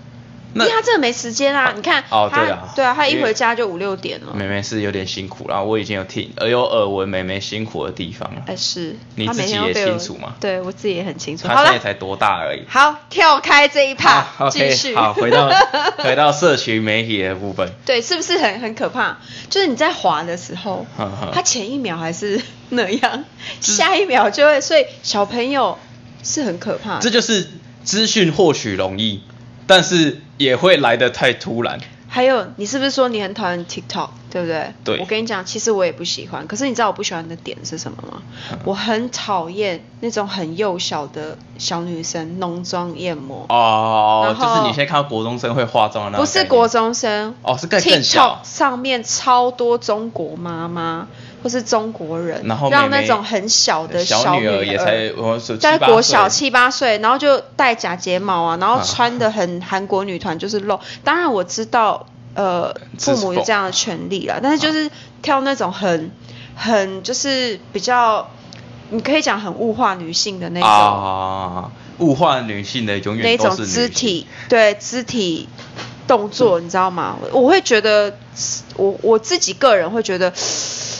A: 因
B: 那
A: 为他真的没时间啦，
B: 哦
A: 你看，
B: 哦
A: 他
B: 对啊
A: 他
B: 因
A: 一
B: 为
A: 回家就五六点了。
B: 妹妹是有点辛苦啦，我已经有听呃有耳闻妹妹辛苦的地方了。啊
A: 哎，是，
B: 你
A: 他
B: 自
A: 每
B: 己
A: 天都
B: 也
A: 被我
B: 清楚吗
A: 对我自己也很清楚。
B: 她
A: 好
B: 现
A: 了
B: 在，才多大而已。
A: 好，跳开这一趴
B: 好，
A: 继
B: OK，
A: 续。
B: 好，回 [laughs] 到回到社群媒体的部分。
A: 对，是不是很很可怕？就是你在滑的时候
B: 呵呵，
A: 他前一秒还是那
B: 嗯
A: 样，下一秒就会，所以小朋友是很可怕的。
B: 这就是资讯获取容易，但是也会来得太突然。
A: 还有，你是不是说你很讨厌 TikTok，对不对？
B: 对
A: 我跟你讲，其实我也不喜欢。可是你知道我不喜欢的点是什么吗
B: 嗯？
A: 我很讨厌那种很幼小的小女生浓妆艳抹。
B: 哦
A: 然，
B: 就
A: 后
B: 是你现在看到国中生会化妆的那
A: 不
B: 种
A: 是
B: 概念
A: 国中生
B: 哦是更更小
A: TikTok 上面超多中国妈妈或是中国人，
B: 然后妹妹
A: 让那种很小的
B: 小
A: 女
B: 儿也才我说
A: 在
B: 七八
A: 国
B: 岁
A: 小七八岁，然后就戴假睫毛啊，然后
B: 啊
A: 穿的很韩国女团就是露。当然我知道，呃，
B: 自啊
A: 父母有
B: 缝
A: 这样的权利啦，但是就是挑那种很很就是比较，你可以讲很物化女性的那种。
B: 啊，物化女性的永
A: 那
B: 远
A: 一
B: 都
A: 种
B: 是女
A: 肢
B: 性嗯
A: 体，对肢体动作，你知道吗？我我会觉得，我我自己个人会觉得，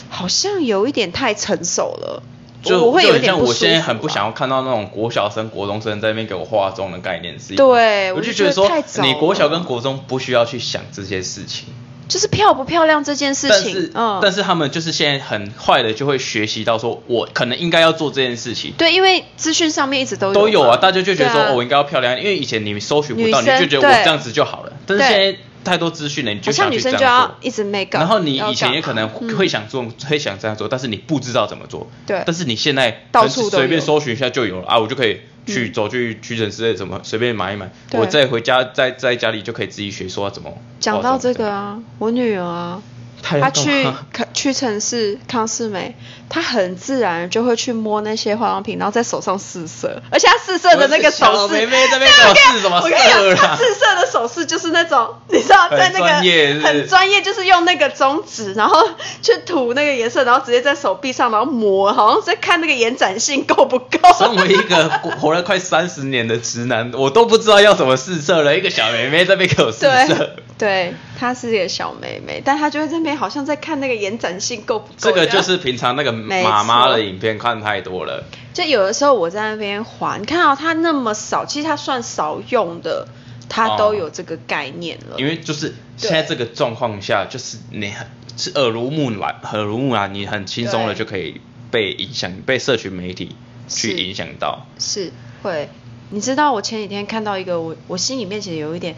A: 好像有一点太成熟了，
B: 就
A: 我我会
B: 就
A: 有
B: 很
A: 点
B: 像
A: 不
B: 我
A: 舒服
B: 现在很
A: 啊
B: 不想要看到那种国小生、国中生在那边给我化妆的概念是一样的。
A: 对
B: 我
A: 我就
B: 就觉
A: 觉
B: 得
A: 得
B: 说
A: 太，早
B: 你国小跟
A: 了
B: 国中不需要去想这些事情。
A: 就是漂不漂亮这件事
B: 但
A: 情
B: 是，，
A: 嗯，
B: 但是他们就是现在很快的就会学习到说，我可能应该要做这件事情。
A: 对，因为资讯上面一直都有
B: 都有啊，
A: 嘛
B: 大家就觉得说，
A: 对啊
B: 哦，我应该要漂亮，因为以前你搜寻不到，你
A: 女生
B: 就觉得我
A: 对
B: 这样子就好了。但是
A: 对
B: 现在太多资讯了，你就
A: 好像
B: 想
A: 女
B: 去这
A: 生
B: 样
A: 就要
B: 做。
A: 一直 make up，
B: 然后你
A: 要
B: 以前
A: 干
B: 也可能
A: 嘛嗯
B: 会想做，会想这样做，但是你不知道怎么做。
A: 对
B: 但是你现在
A: 到
B: 很
A: 处都
B: 随便
A: 有
B: 搜寻一下就有了啊，我就可以去走去屈臣氏什么随便买一买，
A: 对
B: 我再回家在在家里就可以自己学说要怎么。
A: 讲到这个
B: 哦，
A: 啊，我女儿啊，
B: 他要
A: 他
B: 干
A: 去
B: 嘛
A: 可屈臣氏、康士美，他很自然就会去摸那些化妆品，然后在手上试色，而且他试色的那个手
B: 我
A: 势，
B: 是小妹妹在那边给我试什么
A: 我跟你
B: 色
A: 讲，他
B: 啦？
A: 试色的手势就是那种，你知道，
B: 很
A: 在那个
B: 专业是不是
A: 很专业，就是用那个中指，然后去涂那个颜色，然后直接在手臂上，然后磨，好像在看那个延展性够不够。
B: 身为一个活了快三十年的直男，我都不知道要怎么试色了。一个小妹妹在那边给我试
A: 对
B: 色，
A: 对，她是一个小妹妹，但她就会这边好像在看那个延展性够不够。
B: 这个就是平常那个
A: 没
B: 妈妈
A: 错
B: 的影片看太多了。
A: 就有的时候我在那边滑，你看到、它那么少，其实它算少用的，它都有这个概念了。
B: 因为就是现在这个状况下，就是你很是耳濡目染，耳濡目染，你很轻松的
A: 对
B: 就可以被影响，被社群媒体去
A: 是
B: 影响到。
A: 是会，你知道我前几天看到一个，我我心里面其实有一点，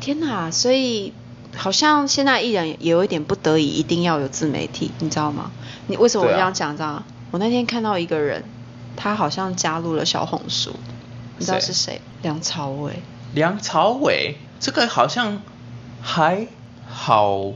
A: 天哪，所以好像现在艺人也有一点不得已一定要有自媒体，你知道吗？你为什么我
B: 对啊
A: 这样讲？这样、我那天看到一个人，他好像加入了小红书，你知道
B: 谁
A: 是谁？梁朝伟。
B: 梁朝伟这个好像还好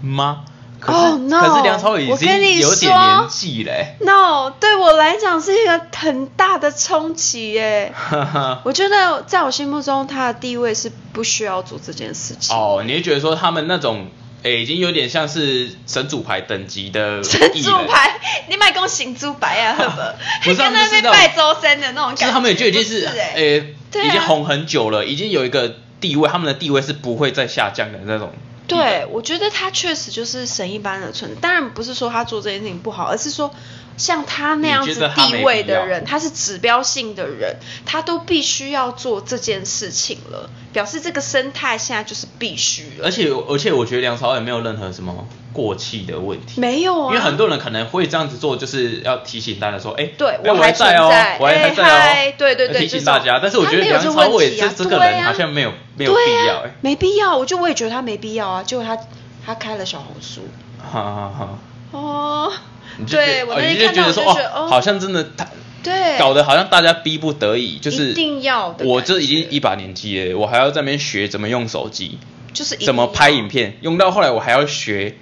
B: 吗？可是、
A: Oh, no，
B: 可是梁朝伟已
A: 我
B: 经
A: 跟你
B: 有点
A: 说
B: 年纪嘞、 [laughs]
A: No，对我来讲是一个很大的冲击耶。
B: 哈哈。
A: 我觉得在我心目中，他的地位是不需要做这件事情。
B: 哦，你会觉得说他们那种，诶、已经有点像是神主牌等级的
A: 神
B: 艺
A: 猪
B: 人，？
A: 牌，你买给我醒猪牌啊，好不好
B: [laughs] 不是他
A: 跟
B: 们
A: 那
B: 就是
A: 边
B: 那种
A: 拜周三的那种感
B: 其
A: 觉。
B: 实他们也就已经
A: 不是
B: 是，
A: 哎，
B: 诶、
A: 对啊
B: 已经红很久了，已经有一个地位，他们的地位是不会再下降的那种。
A: 对，我觉得他确实就是神一般的存在。当然不是说他做这件事情不好，而是说像他那样
B: 你觉
A: 子
B: 得他没
A: 地位
B: 必要
A: 的人，他是指标性的人，他都必须要做这件事情了，表示这个生态现在就是必须了。
B: 而且而且，我觉得梁朝伟没有任何什么过气的问题。
A: 没有啊，
B: 因为很多人可能会这样子做，就是要提醒大家说，哎、
A: 对
B: 哎我
A: 我还
B: 在
A: 存
B: 哦
A: 在，
B: 我还
A: 哎
B: 还在哦，
A: 嗨对对对
B: 要提醒
A: 这种
B: 大家。但是我觉得
A: 他没有
B: 梁
A: 这
B: 朝
A: 问
B: 伟
A: 题
B: 这
A: 啊
B: 这个
A: 对
B: 人
A: 啊
B: 好像没有没有
A: 对
B: 必要，
A: 啊
B: 哎、，
A: 没必要。我就我也觉得他没必要啊，结果他他开了小红书，
B: 哈哈哈。
A: 哦
B: 你，就觉
A: 对
B: 得
A: 我
B: 哦
A: 那
B: 你
A: 天看
B: 觉
A: 到我
B: 得说
A: 就觉得
B: 哦，好像真的他
A: 对
B: 搞得好像大家逼不得已，就是
A: 一定要的
B: 我
A: 感觉
B: 这已经一把年纪了，我还要在那边学怎么用手机，
A: 就是一定
B: 怎么拍影
A: 要。
B: 片，用到后来我还要学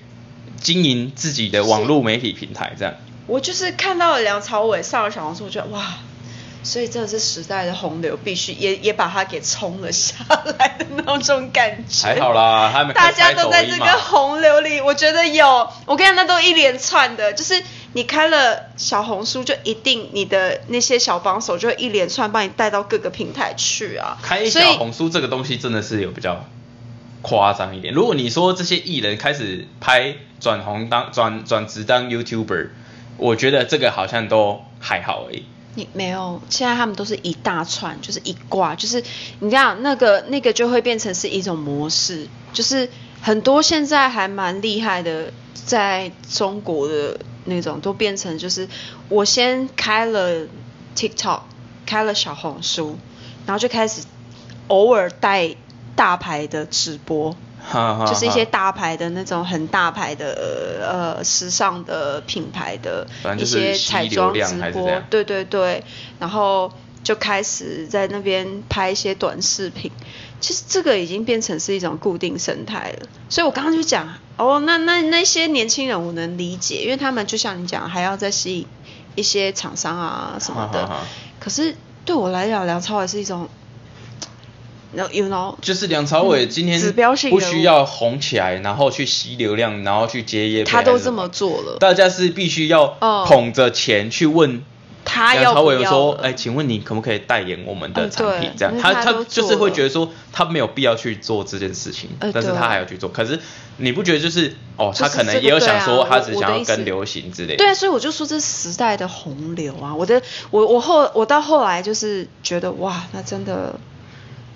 B: 经营自己的网络媒体平台，这样
A: 我就是看到了梁朝伟上了小红书，我觉得哇，所以真的是时代的洪流，必须也也把他给冲了下来的那种感觉。
B: 还好啦，他们
A: 大家都在这
B: 开抖
A: 个
B: 音
A: [laughs]
B: 嘛
A: 洪流里，我觉得有，我跟你讲，那都一连串的，就是你开了小红书，就一定你的那些小帮手就会一连串帮你带到各个平台去啊。
B: 开
A: 所
B: 小
A: 以
B: 红书这个东西真的是有比较夸张一点。如果你说这些艺人开始拍转红当转转职当 YouTuber，我觉得这个好像都还好而已。
A: 你没有，现在他们都是一大串，就是一挂，就是你看那个那个就会变成是一种模式，就是很多现在还蛮厉害的，在中国的那种都变成就是我先开了 TikTok，开了小红书，然后就开始偶尔带大牌的直播，
B: 哈哈哈
A: 就是一些大牌的那种很大牌的呃时尚的品牌的
B: 反正
A: 一
B: 就是
A: 些
B: 吸
A: 彩
B: 流
A: 妆
B: 量
A: 直
B: 还是这
A: 播
B: 样，
A: 对对对，然后就开始在那边拍一些短视频。其实这个已经变成是一种固定生态了，所以我刚刚就讲哦，那那那些年轻人我能理解，因为他们就像你讲，还要再吸引一些厂商啊什么的。可是对我来讲，梁朝伟是一种，然后 you know，
B: 就是梁朝伟今
A: 嗯
B: 天
A: 指标性人
B: 不
A: 物
B: 需要红起来，然后去吸流量，然后去接业配
A: 他都
B: 还是什
A: 这么做了
B: 大家是必须要
A: 哦
B: 捧着钱去问
A: 他
B: 梁
A: 要
B: 朝
A: 不
B: 伟
A: 要
B: 说：“
A: 了
B: 哎，请问你可不可以代言我们的
A: 嗯
B: 产
A: 对？”
B: 品这样，
A: 因为
B: 他
A: 他
B: 他
A: 都
B: 就
A: 做
B: 是会
A: 了
B: 觉得说他没有必要去做这件事情，
A: 呃
B: 但是
A: 对
B: 他还要去做。可是你不觉得就是哦，他
A: 就是
B: 可能
A: 这个
B: 也有想
A: 对啊
B: 说，他
A: 我
B: 只
A: 我的
B: 想要
A: 意思
B: 跟流行之类的
A: 对。啊，所以我就说这是时代的洪流啊！我的我我后我到后来就是觉得哇，那真的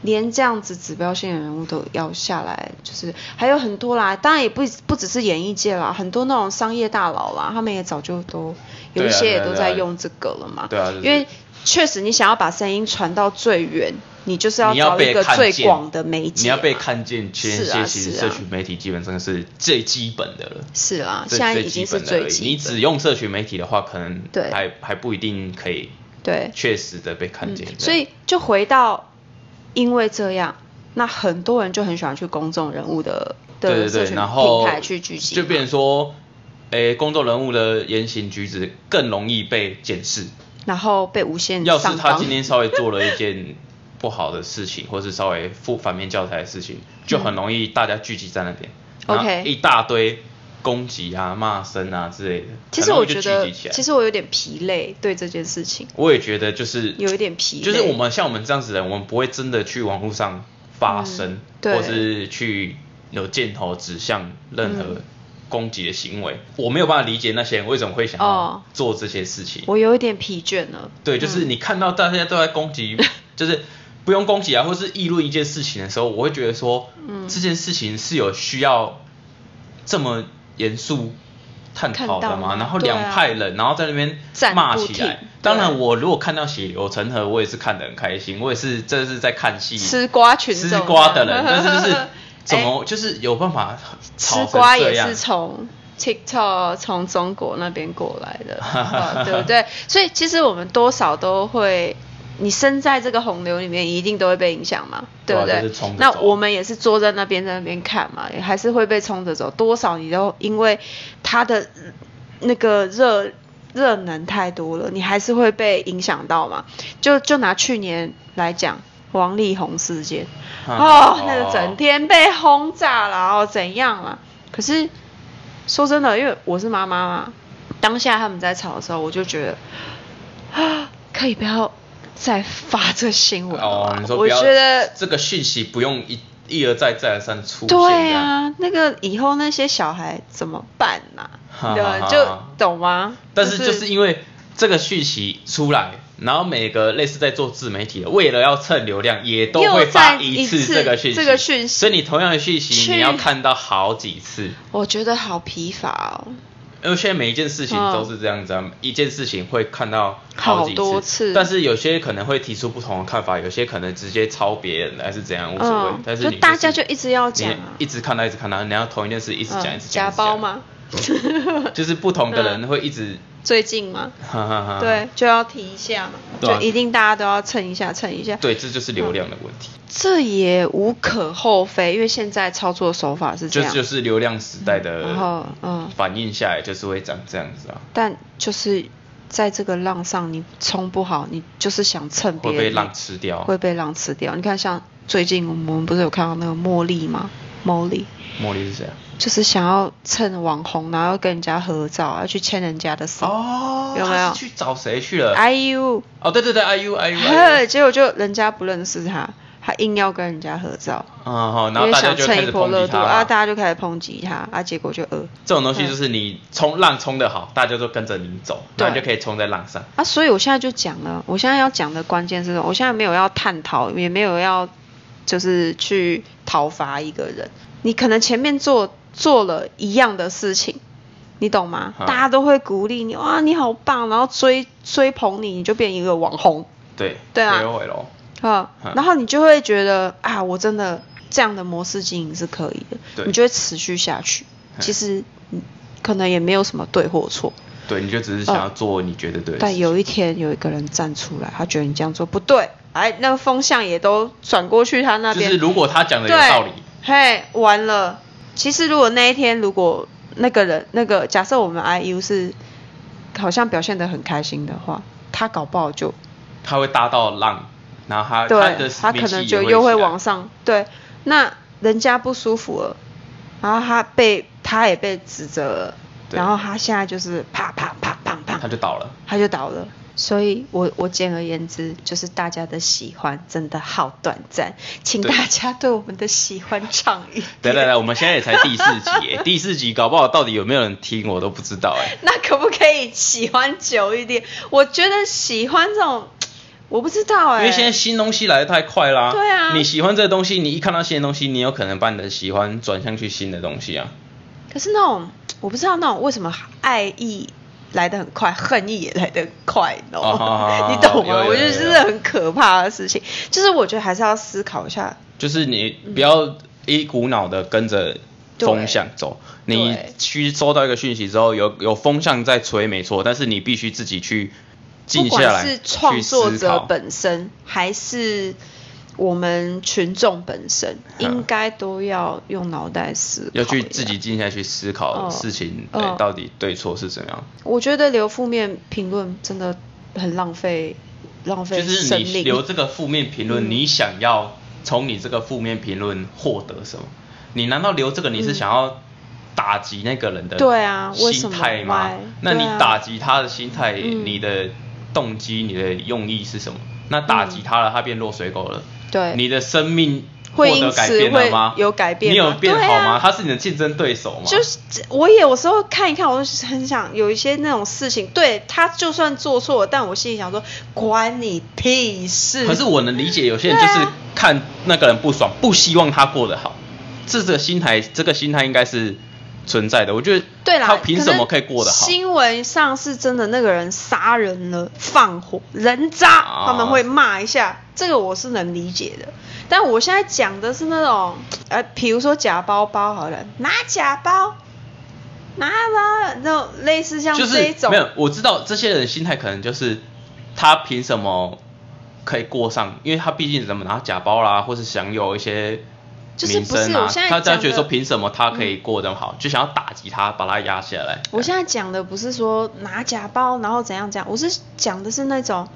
A: 连这样子指标性的人物都要下来，就是还有很多啦，当然也不不只是演艺界啦，很多那种商业大佬啦，他们也早就都有
B: 对啊
A: 一些也
B: 对啊
A: 都
B: 对啊
A: 在用这个了嘛。
B: 对啊就是
A: 因为确实你想要把声音传到最远，你就是
B: 你要
A: 找一
B: 被
A: 个
B: 看
A: 最
B: 见
A: 广的媒介嘛。啊
B: 你要被看见，其实
A: 是啊
B: 其实
A: 是啊
B: 社群媒体基本上是最基本的了。
A: 是啦，
B: 这
A: 现在
B: 最
A: 已
B: 基
A: 经是
B: 本的而
A: 最
B: 已
A: 基
B: 你
A: 本
B: 只用社群媒体的话，可能
A: 对
B: 还还不一定可以
A: 对
B: 确实的被看见。
A: 嗯。所以就回到，因为这样，那很多人就很喜欢去公众人物的
B: 对
A: 的
B: 对
A: 社
B: 对，
A: 群
B: 然后
A: 平台去啊聚集嘛，
B: 就变成说，诶，公众人物的言行举止更容易被检视。
A: 然后被无限
B: 要
A: 上
B: 是
A: 纲。
B: 他今天稍微做了一件不好的事情，或是稍微负反面教材的事
A: [laughs]
B: 情，就很容易大家聚集在那边，然后
A: OK
B: 一大堆攻击啊、骂声啊之类的，
A: 其实
B: 很
A: 我
B: 容易就
A: 觉
B: 聚
A: 得，
B: 集起来
A: 其实我有点疲累，对这件事情
B: 我也觉得就是
A: 有一点疲累。
B: 就是我们像我们这样子的人，我们不会真的去网络上发声
A: 嗯，对
B: 或是去有箭头指向任何
A: 嗯
B: 攻击的行为。我没有办法理解那些人为什么会想要
A: 哦
B: 做这些事情。
A: 我有一点疲倦了。
B: 对，就是你看到大家都在
A: [laughs]
B: 攻击，就是不用攻击啊，或是议论一件事情的时候，我会觉得说，
A: 嗯
B: 这件事情是有需要这么严肃探讨
A: 看
B: 的
A: 到
B: 吗？
A: 吗
B: 然后
A: 对啊
B: 两派人，然后在那边
A: 站
B: 骂
A: 不
B: 起来
A: 停。
B: 当然，
A: 对
B: 我如果看到血流成河，我也是看得很开心，我也是这是在看戏，
A: 吃瓜群众
B: 吃瓜的人，但是就是
A: [laughs]
B: 怎
A: 哎
B: 么、就是有办法
A: 吃
B: 吵成
A: 瓜
B: 这
A: 也
B: 样
A: 是从 TikTok 从中国那边过来
B: [laughs]
A: 的，哦对不对？所以其实我们多少都会，你身在这个洪流里面，一定都会被影响嘛，
B: 对啊
A: 不对？
B: 就是冲着
A: 那
B: 走
A: 我们也是坐在那边在那边看嘛，也还是会被冲着走，多少你都因为它的那个热。热能太多了，你还是会被影响到嘛？就就拿去年来讲，王力宏事件，
B: 嗯
A: 哦
B: 哦，
A: 那个整天被轰炸了，哦，怎样了？可是说真的，因为我是妈妈嘛，当下他们在吵的时候，我就觉得 [gasps] 啊，可以不要再发这新闻了
B: 哦
A: 吧、，
B: 你说不
A: 我
B: 要
A: 觉得
B: 这个讯息不用一一而再再而三出现，
A: 对
B: 这样
A: 啊，那个以后那些小孩怎么办啊呐、
B: 哈哈
A: 对
B: 哈
A: 吧，就懂吗？
B: 但是就是因为这个讯息出来，然后每个类似在做自媒体的，为了要蹭流量，也都会发
A: 又再一
B: 次
A: 次
B: 这个讯息。
A: 这个讯息
B: 所以你同样的讯息，
A: 去
B: 你要看到好几次。
A: 我觉得好疲乏哦。
B: 因为现在每一件事情都是这样子、啊，一件事情会看到几
A: 嗯好多次
B: 但是有些可能会提出不同的看法，有些可能直接抄别人还是怎样无所谓。
A: 嗯
B: 但是
A: 就
B: 你
A: 大家就
B: 是
A: 一直要讲啊
B: 你一直看到一直看到，你要同一件事一直讲、
A: 嗯
B: 一直讲，一直
A: 假
B: 讲
A: 包？吗？ [laughs]
B: 就是不同的人会一直，
A: 最近吗？
B: 哈哈哈。
A: 对，就要提一下嘛，
B: 啊对啊
A: 就一定大家都要蹭一下，蹭一下。
B: 对，这就是流量的问题。
A: 这也无可厚非，因为现在操作手法是这
B: 就
A: 样，
B: 就是呃流量时代的，
A: 然后嗯
B: 反应下来就是会长这样子啊，
A: 但就是在这个浪上你冲不好，你就是想蹭别
B: 会
A: 人，
B: 被浪吃掉啊。
A: 会被浪吃掉。你看，像最近我们不是有看到那个茉莉吗？茉莉
B: 茉莉是谁啊？
A: 就是想要蹭网红，然后跟人家合照，要去牵人家的手。
B: 哦，
A: 有没有
B: 他是去找谁去了？
A: 哎呦，
B: 哦，对对对，IU IU，
A: [laughs] 呵，结果就人家不认识他，他硬要跟人家合照。
B: 啊好，然
A: 因
B: 后
A: 为
B: 大家
A: 想
B: 就开
A: 蹭一
B: 始
A: 波
B: 抨
A: 热
B: 击
A: 度
B: 他
A: 啊，
B: 嘛。
A: 大家就开始抨击他啊，结果就呃
B: 这种东西就是你冲浪冲得好，大家都跟着你走，
A: 对
B: 然后就可以冲在浪上。
A: 啊，所以我现在就讲了，我现在要讲的关键是什么，我现在没有要探讨，也没有要就是去讨伐一个人，你可能前面做做了一样的事情。你懂吗？
B: 好
A: 大家都会鼓励你，哇，你好棒，然后追追捧你，你就变一个网红，
B: 对，
A: 对啊
B: 学会咯
A: 啊
B: 嗯，
A: 然后你就会觉得啊，我真的这样的模式经营是可以
B: 对
A: 的，你就会持续下去。
B: 嗯
A: 其实嗯可能也没有什么对或错，
B: 对，你就只是想要做你觉得对的事情。
A: 但哦有一天有一个人站出来，他觉得你这样做不对，哎，那个风向也都转过去他那
B: 就
A: 边，
B: 是如果他讲的有
A: 对
B: 道理，
A: 嘿，完了。其实如果那一天如果那个人那个假设我们 IU 是好像表现得很开心的话，他搞不好就
B: 他会搭到浪，然后他他
A: 对
B: 的，
A: 他可
B: 名气
A: 能
B: 也
A: 就又
B: 会
A: 会
B: 起来
A: 往上。对，那人家不舒服了，然后他被他也被指责了，
B: 对
A: 然后他现在就是啪啪啪啪啪，
B: 他就倒了。
A: 他就倒了。所以我，我简而言之，就是大家的喜欢真的好短暂，请
B: 对
A: 大家对我们的喜欢唱一
B: 来来来，我们现在也才第四集耶，第四集搞不好到底有没有人听我都不知道哎。
A: [laughs] 那可不可以喜欢久一点？我觉得喜欢这种，我不知道哎、
B: 因为现在新东西来的太快啦，
A: 对啊
B: 你喜欢这个东西，你一看到新的东西，你有可能把你的喜欢转向去新的东西啊。
A: 可是那种我不知道那种为什么爱意来得很快，恨意也来得很快，你懂吗？
B: 哦好好好
A: 你懂
B: 有
A: 吗？
B: 有
A: 我觉得
B: 有
A: 这是很可怕的事情，就是我觉得还是要思考一下。
B: 就是你不要一股脑的跟着风向走，
A: 对
B: 你去收到一个讯息之后，有有风向在吹没错，但是你必须自己去静
A: 不
B: 下
A: 管
B: 来，
A: 是创作
B: 去思考
A: 者本身，还是我们群众本身
B: 嗯
A: 应该都要用脑袋思考，
B: 要去自己。静下去思考
A: 哦
B: 事情、
A: 哦
B: 哎到底对错是怎样。
A: 我觉得留负面评论真的很浪费，浪
B: 就
A: 费
B: 是
A: 生
B: 你
A: 命。
B: 留这个负面评论，
A: 嗯
B: 你想要从你这个负面评论获得什么？你难道留这个你是
A: 嗯
B: 想要打击那个人的
A: 对啊为什
B: 心
A: 么
B: 态吗？
A: Why？
B: 那你
A: 对啊
B: 打击他的心态，
A: 嗯
B: 你的动机、你的用意是什么？那打击他了，他变落水狗了，
A: 嗯对
B: 你的生命获
A: 会因
B: 得改
A: 此
B: 变了
A: 会
B: 吗？
A: 有改变
B: 你有
A: 吗
B: 变
A: 对
B: 好
A: 啊
B: 吗？他是你的竞争对手吗？
A: 就是我也有时候看一看，我就是很想有一些那种事情，对他就算做错了，但我心里想说，关你屁事。
B: 可是我能理解有些人
A: 啊
B: 就是看那个人不爽，不希望他过得好，这这个心态，这个心态应该是存在的。我觉得，
A: 对啦，
B: 他凭什么可以
A: 能
B: 过得好？
A: 新闻上是真的，那个人杀人了，放火，人渣，
B: 啊
A: 他们会骂一下，这个我是能理解的。但我现在讲的是那种，呃，比如说假包包好了，拿假包，拿了那种类似像
B: 就
A: 这一
B: 是
A: 种，
B: 没有，我知道这些人的心态可能就是他凭什么可以过上？因为他毕竟怎么拿假包啦，或是享有一些
A: 就是
B: 名
A: 不是
B: 声啊
A: 我现，在
B: 他这样
A: 讲
B: 觉得说
A: 的嗯
B: 凭什么他可以过得好，就想要打击他，把他压下来。
A: 我现在讲的不是说拿假包，然后怎样怎样，我是讲的是那种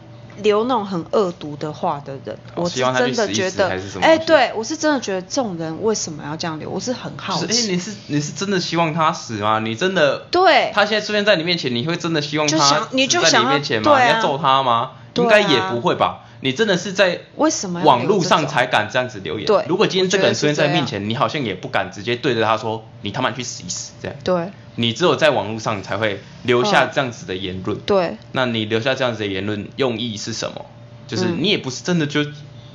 A: 留那种很恶毒的话的人。
B: 哦
A: 我
B: 希
A: 是
B: 望他去
A: 真的
B: 死一
A: 觉
B: 死
A: 得
B: 还是什，么
A: 哎、
B: 东西
A: 对我是真的觉得这种人为什么要这样留，我是很好
B: 就是哎、
A: 奇。
B: 你是你是真的希望他死吗？你真的
A: 对
B: 他现在出现在你面前，你会真的希望他
A: 就想你就
B: 死在
A: 想
B: 你
A: 要
B: 面前吗？
A: 对啊
B: 你要揍他吗？
A: 对啊
B: 应该也不会吧？你真的是在
A: 为什么要
B: 网
A: 留
B: 络
A: 这
B: 上
A: 种
B: 才敢这样子留言？
A: 对
B: 如果今天这个人出现在
A: 我觉得是这样
B: 面前，你好像也不敢直接对着他说你他妈去死一死这样。
A: 对
B: 你只有在网络上才会留下
A: 嗯
B: 这样子的言论。
A: 对
B: 那你留下这样子的言论用意是什么？就是
A: 嗯
B: 你也不是真的就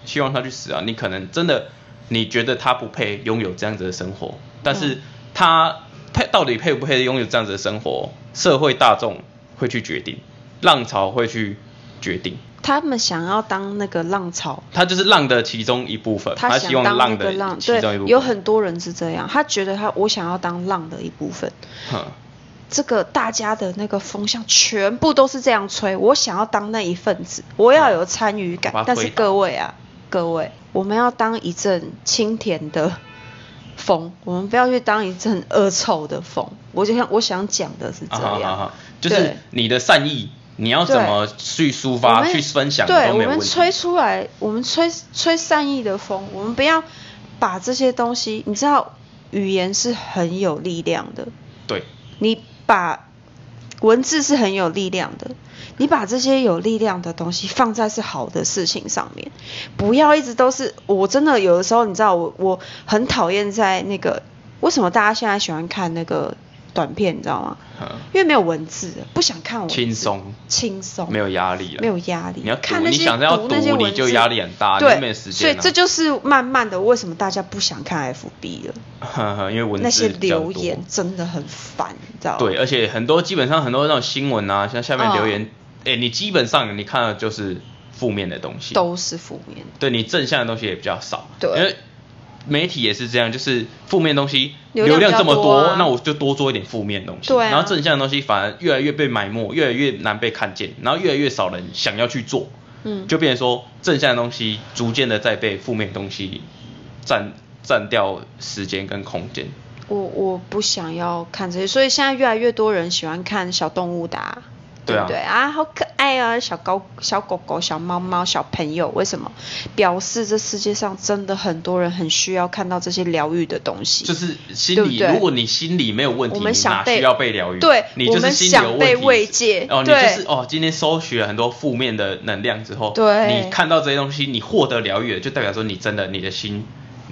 B: 希望他去死啊，你可能真的你觉得他不配拥有这样子的生活，
A: 嗯
B: 但是他配到底配不配拥有这样子的生活，社会大众会去决定，浪潮会去决定，
A: 他们想要当那个浪潮，
B: 他就是浪的其中一部呃分，他
A: 他
B: 希
A: 想
B: 望
A: 当那
B: 浪
A: 个
B: 的
A: 浪，
B: 其中一部
A: 对，
B: 分。
A: 有很
B: [laughs]
A: 多人是这样，他觉得他我想要当浪的一部分。
B: 哼
A: 这个大家的那个风向全部都是这样吹，我想要当那一份子，我要有参与感
B: 把。它
A: 但
B: 推
A: 是
B: 倒
A: 各位啊，各位，我们要当一阵清甜的风，我们不要去当一阵恶臭的风。我就想，我想讲的是这样，
B: 啊哈哈哈，就
A: 对
B: 是你的善意，你要怎么去抒
A: 我
B: 发、
A: 们
B: 去分享
A: 对，
B: 都
A: 我
B: 没有问
A: 们
B: 题。
A: 吹出来，我们吹吹善意的风，我们不要把这些东西，你知道，语言是很有力量的。
B: 对，
A: 你把文字是很有力量的，你把这些有力量的东西放在是好的事情上面，不要一直都是。我真的有的时候，你知道我我很讨厌在那个为什么大家现在喜欢看那个短片，你知道吗？
B: 嗯
A: 因为没有文字，不想看文字，
B: 轻松
A: 轻松，
B: 没有压力了，
A: 没有压力。
B: 你要读
A: 看那些
B: 你想要
A: 读
B: 读
A: 那些文字，
B: 你就压力很大
A: 对，
B: 你没有
A: 所
B: 时间啊
A: 以这就是慢慢的为什么大家不想看 FB 了。
B: 呵 [laughs] 呵，因为文字
A: 那些
B: 比较
A: 留
B: 多
A: 言真的很烦，你知道吗？
B: 对，而且很多基本上很多那种新闻啊，像下面留言
A: 嗯，
B: 哎、你基本上你看的就是负面的东西，
A: 都是负面的。
B: 对你正向的东西也比较少，
A: 对
B: 因为媒体也是这样，就是负面的东西
A: 流量
B: 这么
A: 比较多啊
B: 那我就多做一点负面的东西，
A: 对啊
B: 然后正向的东西反而越来越被埋没，越来越难被看见，然后越来越少人想要去做，
A: 嗯
B: 就变成说正向的东西逐渐的在被负面的东西占占掉时间跟空间，
A: 我我不想要看这些，所以现在越来越多人喜欢看小动物的、啊，
B: 对啊
A: 不对啊，好可爱啊，小狗、小狗狗、小猫猫、小朋友，为什么？表示这世界上真的很多人很需要看到这些疗愈的东西，
B: 就是心
A: 对
B: 理，
A: 不对
B: 如果你心理没有问题，
A: 我
B: 你
A: 们想
B: 哪
A: 被
B: 需要被疗愈？
A: 对
B: 你就
A: 我
B: 是
A: 们
B: 心理有问题
A: 想被慰藉
B: 哦，你就
A: 对
B: 是哦，今天收取了很多负面的能量之后，
A: 对
B: 你看到这些东西，你获得疗愈了，就代表说你真的你的心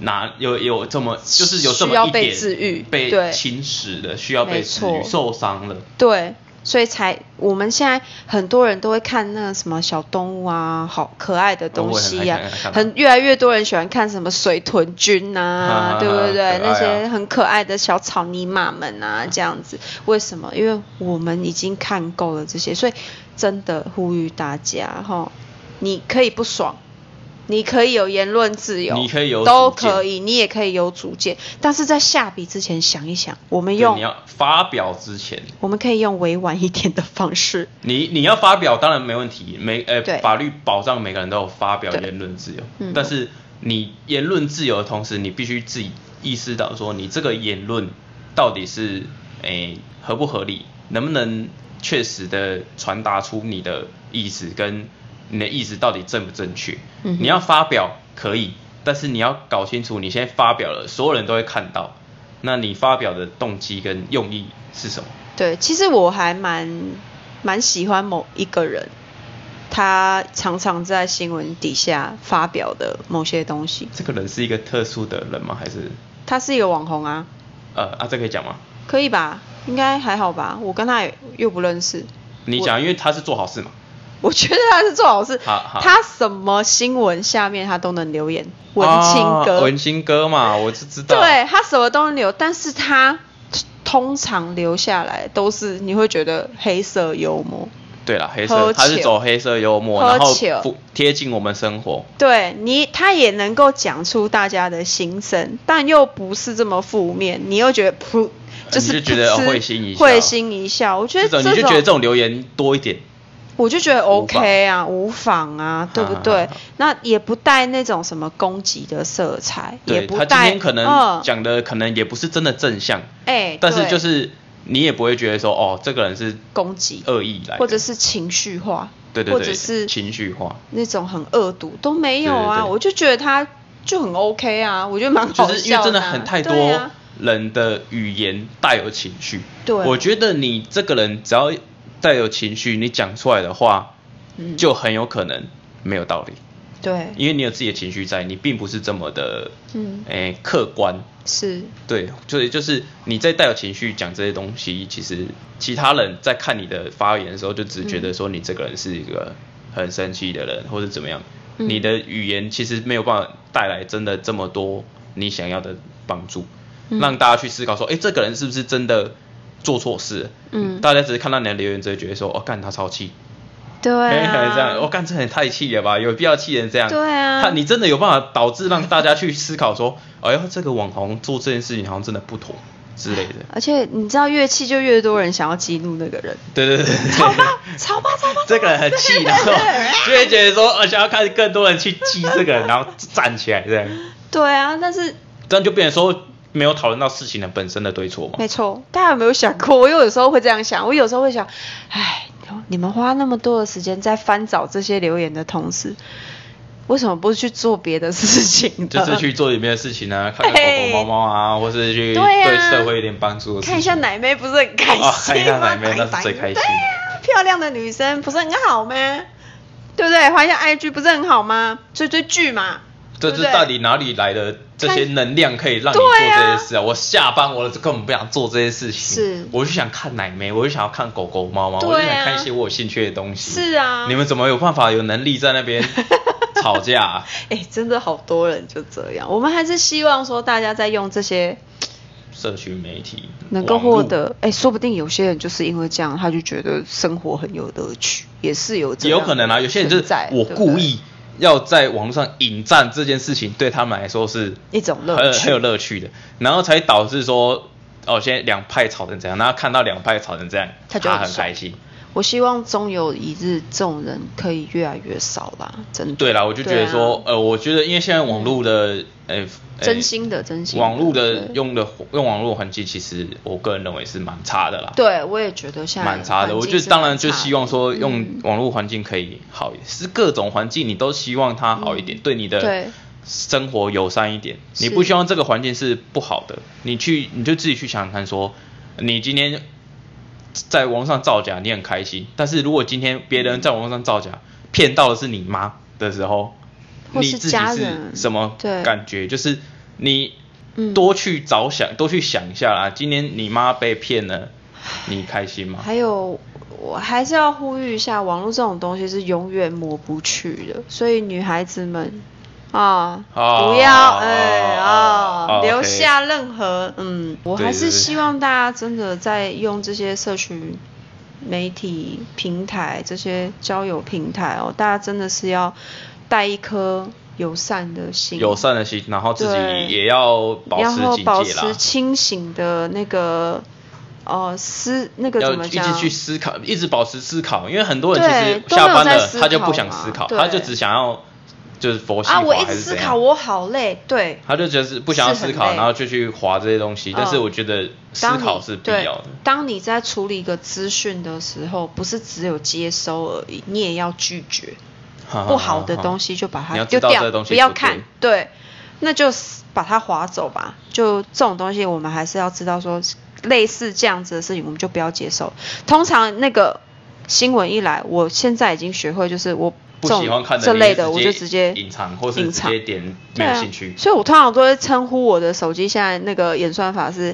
B: 哪有有这么就是有这么
A: 需要
B: 一点
A: 被治愈
B: 被
A: 对
B: 侵蚀的，需要被
A: 没
B: 治
A: 错
B: 愈，受伤了。
A: 对，所以才我们现在很多人都会看那个什么小动物啊，好可爱的东西呀、
B: 哦我也很爱看
A: 很越来越多人喜欢看什么水豚君
B: 啊
A: 啊，对不对？
B: 可爱啊
A: 那些很可爱的小草泥马们啊，这样
B: 哎
A: 子。为什么？因为我们已经看够了这些，所以真的呼吁大家哈，你可以不爽，你可以有言论自由，
B: 你可以有
A: 都
B: 主见
A: 可以，你也可以有主见，但是在下笔之前想一想，我们
B: 对
A: 用
B: 你要发表之前，
A: 我们可以用委婉一点的方式，
B: 你你要发表当然没问题，每呃
A: 对
B: 法律保障每个人都有发表
A: 对
B: 言论自由，
A: 嗯
B: 但是你言论自由的同时，你必须自己意识到说你这个言论到底是诶、合不合理，能不能确实的传达出你的意思跟你的意思到底正不正确？
A: 嗯哼
B: 你要发表可以，但是你要搞清楚你现在发表了，所有人都会看到，那你发表的动机跟用意是什么？
A: 对，其实我还蛮蛮喜欢某一个人，他常常在新闻底下发表的某些东西。
B: 这个人是一个特殊的人吗？还是
A: 他是一个网红啊，
B: 呃啊，这可以讲吗？
A: 可以吧？应该还好吧？我跟他也又不认识。
B: 你
A: 我
B: 讲，因为他是做好事嘛。
A: 我觉得他是做好事，
B: 好好
A: 他什么新闻下面他都能留言，文青哥，
B: 啊文青哥嘛，我就知道。
A: 对他什么都能留，但是他通常留下来都是你会觉得黑色幽默，
B: 对啦，黑
A: 喝酒
B: 色，他是走黑色幽默，
A: 喝
B: 然后
A: 酒
B: 不贴近我们生活。
A: 对你，他也能够讲出大家的心声，但又不是这么负面，你又觉得噗，是
B: 啊你就觉得哦
A: 噗嗤
B: 会心一笑
A: 会心一笑。我觉得
B: 这
A: 这
B: 种你就觉得这种留言多一点，
A: 我就觉得 OK 啊，无妨啊，对不对？
B: 哈哈哈
A: 那也不带那种什么攻击的色彩，也
B: 对
A: 不
B: 他今
A: 带
B: 天可能
A: 嗯
B: 讲的可能也不是真的正向，
A: 哎，
B: 但是
A: 对
B: 就是你也不会觉得说哦，这个人是
A: 攻击
B: 恶意来的，
A: 或者是情绪化，
B: 对对
A: 或
B: 对
A: 者是
B: 情绪化
A: 那种很恶毒都没有啊，
B: 对对对
A: 我就觉得他就很 OK 啊，我觉得蛮好笑
B: 就
A: 的啊、
B: 是因为真的很太
A: 对
B: 多
A: 啊
B: 人的语言带有情绪。
A: 对啊
B: 我觉得你这个人只要带有情绪，你讲出来的话，
A: 嗯
B: 就很有可能没有道理，
A: 对，
B: 因为你有自己的情绪在，你并不是这么的，
A: 嗯
B: 诶、客观。
A: 是
B: 对，所以就是你在带有情绪讲这些东西，其实其他人在看你的发言的时候，就只觉得说你这个人是一个很生气的人，或者怎么样。
A: 嗯
B: 你的语言其实没有办法带来真的这么多你想要的帮助，
A: 嗯
B: 让大家去思考说，哎，这个人是不是真的做错事了？
A: 嗯
B: 大家只是看到你的留言，只会觉得说，哦，干他超气，
A: 对
B: 哎
A: 啊，
B: 这样，我、干这人太气了吧，有必要气成这样？
A: 对啊
B: 他你真的有办法导致让大家去思考说， [laughs] 哎呦，这个网红做这件事情好像真的不妥之类的。
A: 而且你知道越气就越多人想要激怒那个人，
B: 对对对对对，
A: 吵吧吵吧吵吧，
B: [laughs] 这个人很气，
A: [laughs]
B: 然后就会觉得说，呃，想要看更多人去激这个人，然后站起来这样，
A: 对啊，但是
B: 这样就变成说没有讨论到事情的本身的对错嘛。
A: 没错，大家有没有想过？我有时候会这样想，我有时候会想，哎，你们花那么多的时间在翻找这些留言的同时，为什么不去做别的事情呢？ [laughs]
B: 就是去做里面的事情啊，看看狗狗、猫猫啊，或是去
A: 对啊
B: 对社会有点帮助的事情。啊
A: 看一下奶妹不是很开心吗？
B: 哦看一下奶妹那是最开心
A: 对啊漂亮的女生不是很好吗？对不对？滑一下 IG 不是很好吗？追追剧嘛，
B: 这
A: 对
B: 是
A: 不对
B: 到底哪里来的这些能量可以让你做
A: 对啊
B: 这些事啊？我下班我根本不想做这些事情，
A: 是
B: 我就想看奶妹，我就想要看狗狗、猫猫，
A: 对啊
B: 我就想看一些我有兴趣的东西。
A: 是啊
B: 你们怎么有办法有能力在
A: [laughs]
B: 那边吵架啊、
A: 哎、真的好多人就这样。我们还是希望说大家在用这些
B: 社群媒体
A: 能够
B: 网络
A: 获得，哎、说不定有些人就是因为这样，他就觉得生活很有乐趣，也是有这
B: 也
A: 样的
B: 有可能啊，有些人就是
A: 存在
B: 我
A: 对不对
B: 故意要在网络上引战这件事情，对他们来说是
A: 一种乐
B: 很有
A: 趣
B: 很有乐趣的，然后才导致说哦，现在两派吵成这样，然后看到两派吵成这样，
A: 他就很
B: 很
A: 爽
B: 开心。
A: 我希望终有一日，这种人可以越来越少啦，真的。
B: 对啦，我就觉得说，
A: 嗯对啊
B: 呃，我觉得因为现在网络的，呃、呃
A: 真心的真心的
B: 网络的
A: 对
B: 用的用网络环境，其实我个人认为是蛮差的啦，，
A: 对啊我也觉得现在
B: 蛮差的。
A: 环
B: 我
A: 境
B: 就是当然
A: 蛮
B: 就
A: 差
B: 希
A: 的
B: 望说，用
A: 嗯
B: 网络环境可以好一点，是各种环境你都希望它好一点，对你
A: 嗯
B: 的
A: 对
B: 生活友善一点。
A: 是
B: 你不希望这个环境是不好的，你去你就自己去想想看说你今天在网络上造假，你很开心，但是如果今天别
A: 嗯
B: 人在网络上造假，骗到的是你妈的时候，
A: 或
B: 你
A: 是
B: 自己
A: 家
B: 是
A: 人
B: 什么
A: 对
B: 感觉？就是你
A: 嗯
B: 多去着想，多去想一下啦。今天你妈被骗了，你开心吗？
A: 还有，我还是要呼吁一下，网络这种东西是永远抹不去的，所以女孩子们啊，
B: 哦
A: 不要哎
B: 哦
A: 啊，
B: 哦
A: 留
B: OK
A: 下任何嗯，我
B: 对
A: 还
B: 对
A: 是
B: 对
A: 希望大家真的在用这些社群媒体平台、这些交友平台哦，大家真的是要带一颗友善的心，
B: 友善的心，然后自己
A: 对
B: 也要保
A: 然
B: 持
A: 后
B: 警
A: 保
B: 戒
A: 持
B: 啦。
A: 清醒的那个呃思那个
B: 要
A: 怎么
B: 一
A: 讲
B: 直？去思考，一直保持思考，因为很多人
A: 对
B: 其实下
A: 都
B: 班
A: 没有
B: 了
A: 在思考
B: 他就不想思考，
A: 嘛对
B: 他就只想要就是佛系
A: 啊，我
B: 滑
A: 一
B: 还
A: 直
B: 是
A: 思
B: 怎
A: 考，
B: 样，
A: 我好累，对，
B: 他就觉得是不想要思
A: 是
B: 考，
A: 很累
B: 然后就去划这些东西。但是
A: 嗯
B: 我觉得思
A: 当你
B: 考是必
A: 对
B: 要的。 [laughs]
A: 当你在处理一个资讯的时候，不是只有接收而已，你也要拒绝。不好的东西就把
B: 你
A: 它
B: 要知
A: 丢
B: 道
A: 掉
B: 这个东，西
A: 不要
B: 对
A: 看，对，那就把它划走吧。就这种东西，我们还是要知道说，类似这样子的事情，我们就不要接受。通常那个新闻一来，我现在已经学会，就是我
B: 不
A: 这
B: 喜欢
A: 种
B: 看的
A: 这
B: 你
A: 类的，我就直
B: 直
A: 接
B: 隐藏，或是
A: 隐
B: 直
A: 藏
B: 接点没
A: 对
B: 有
A: 啊，
B: 兴趣。
A: 所以我通常都会称呼我的手机现在那个演算法是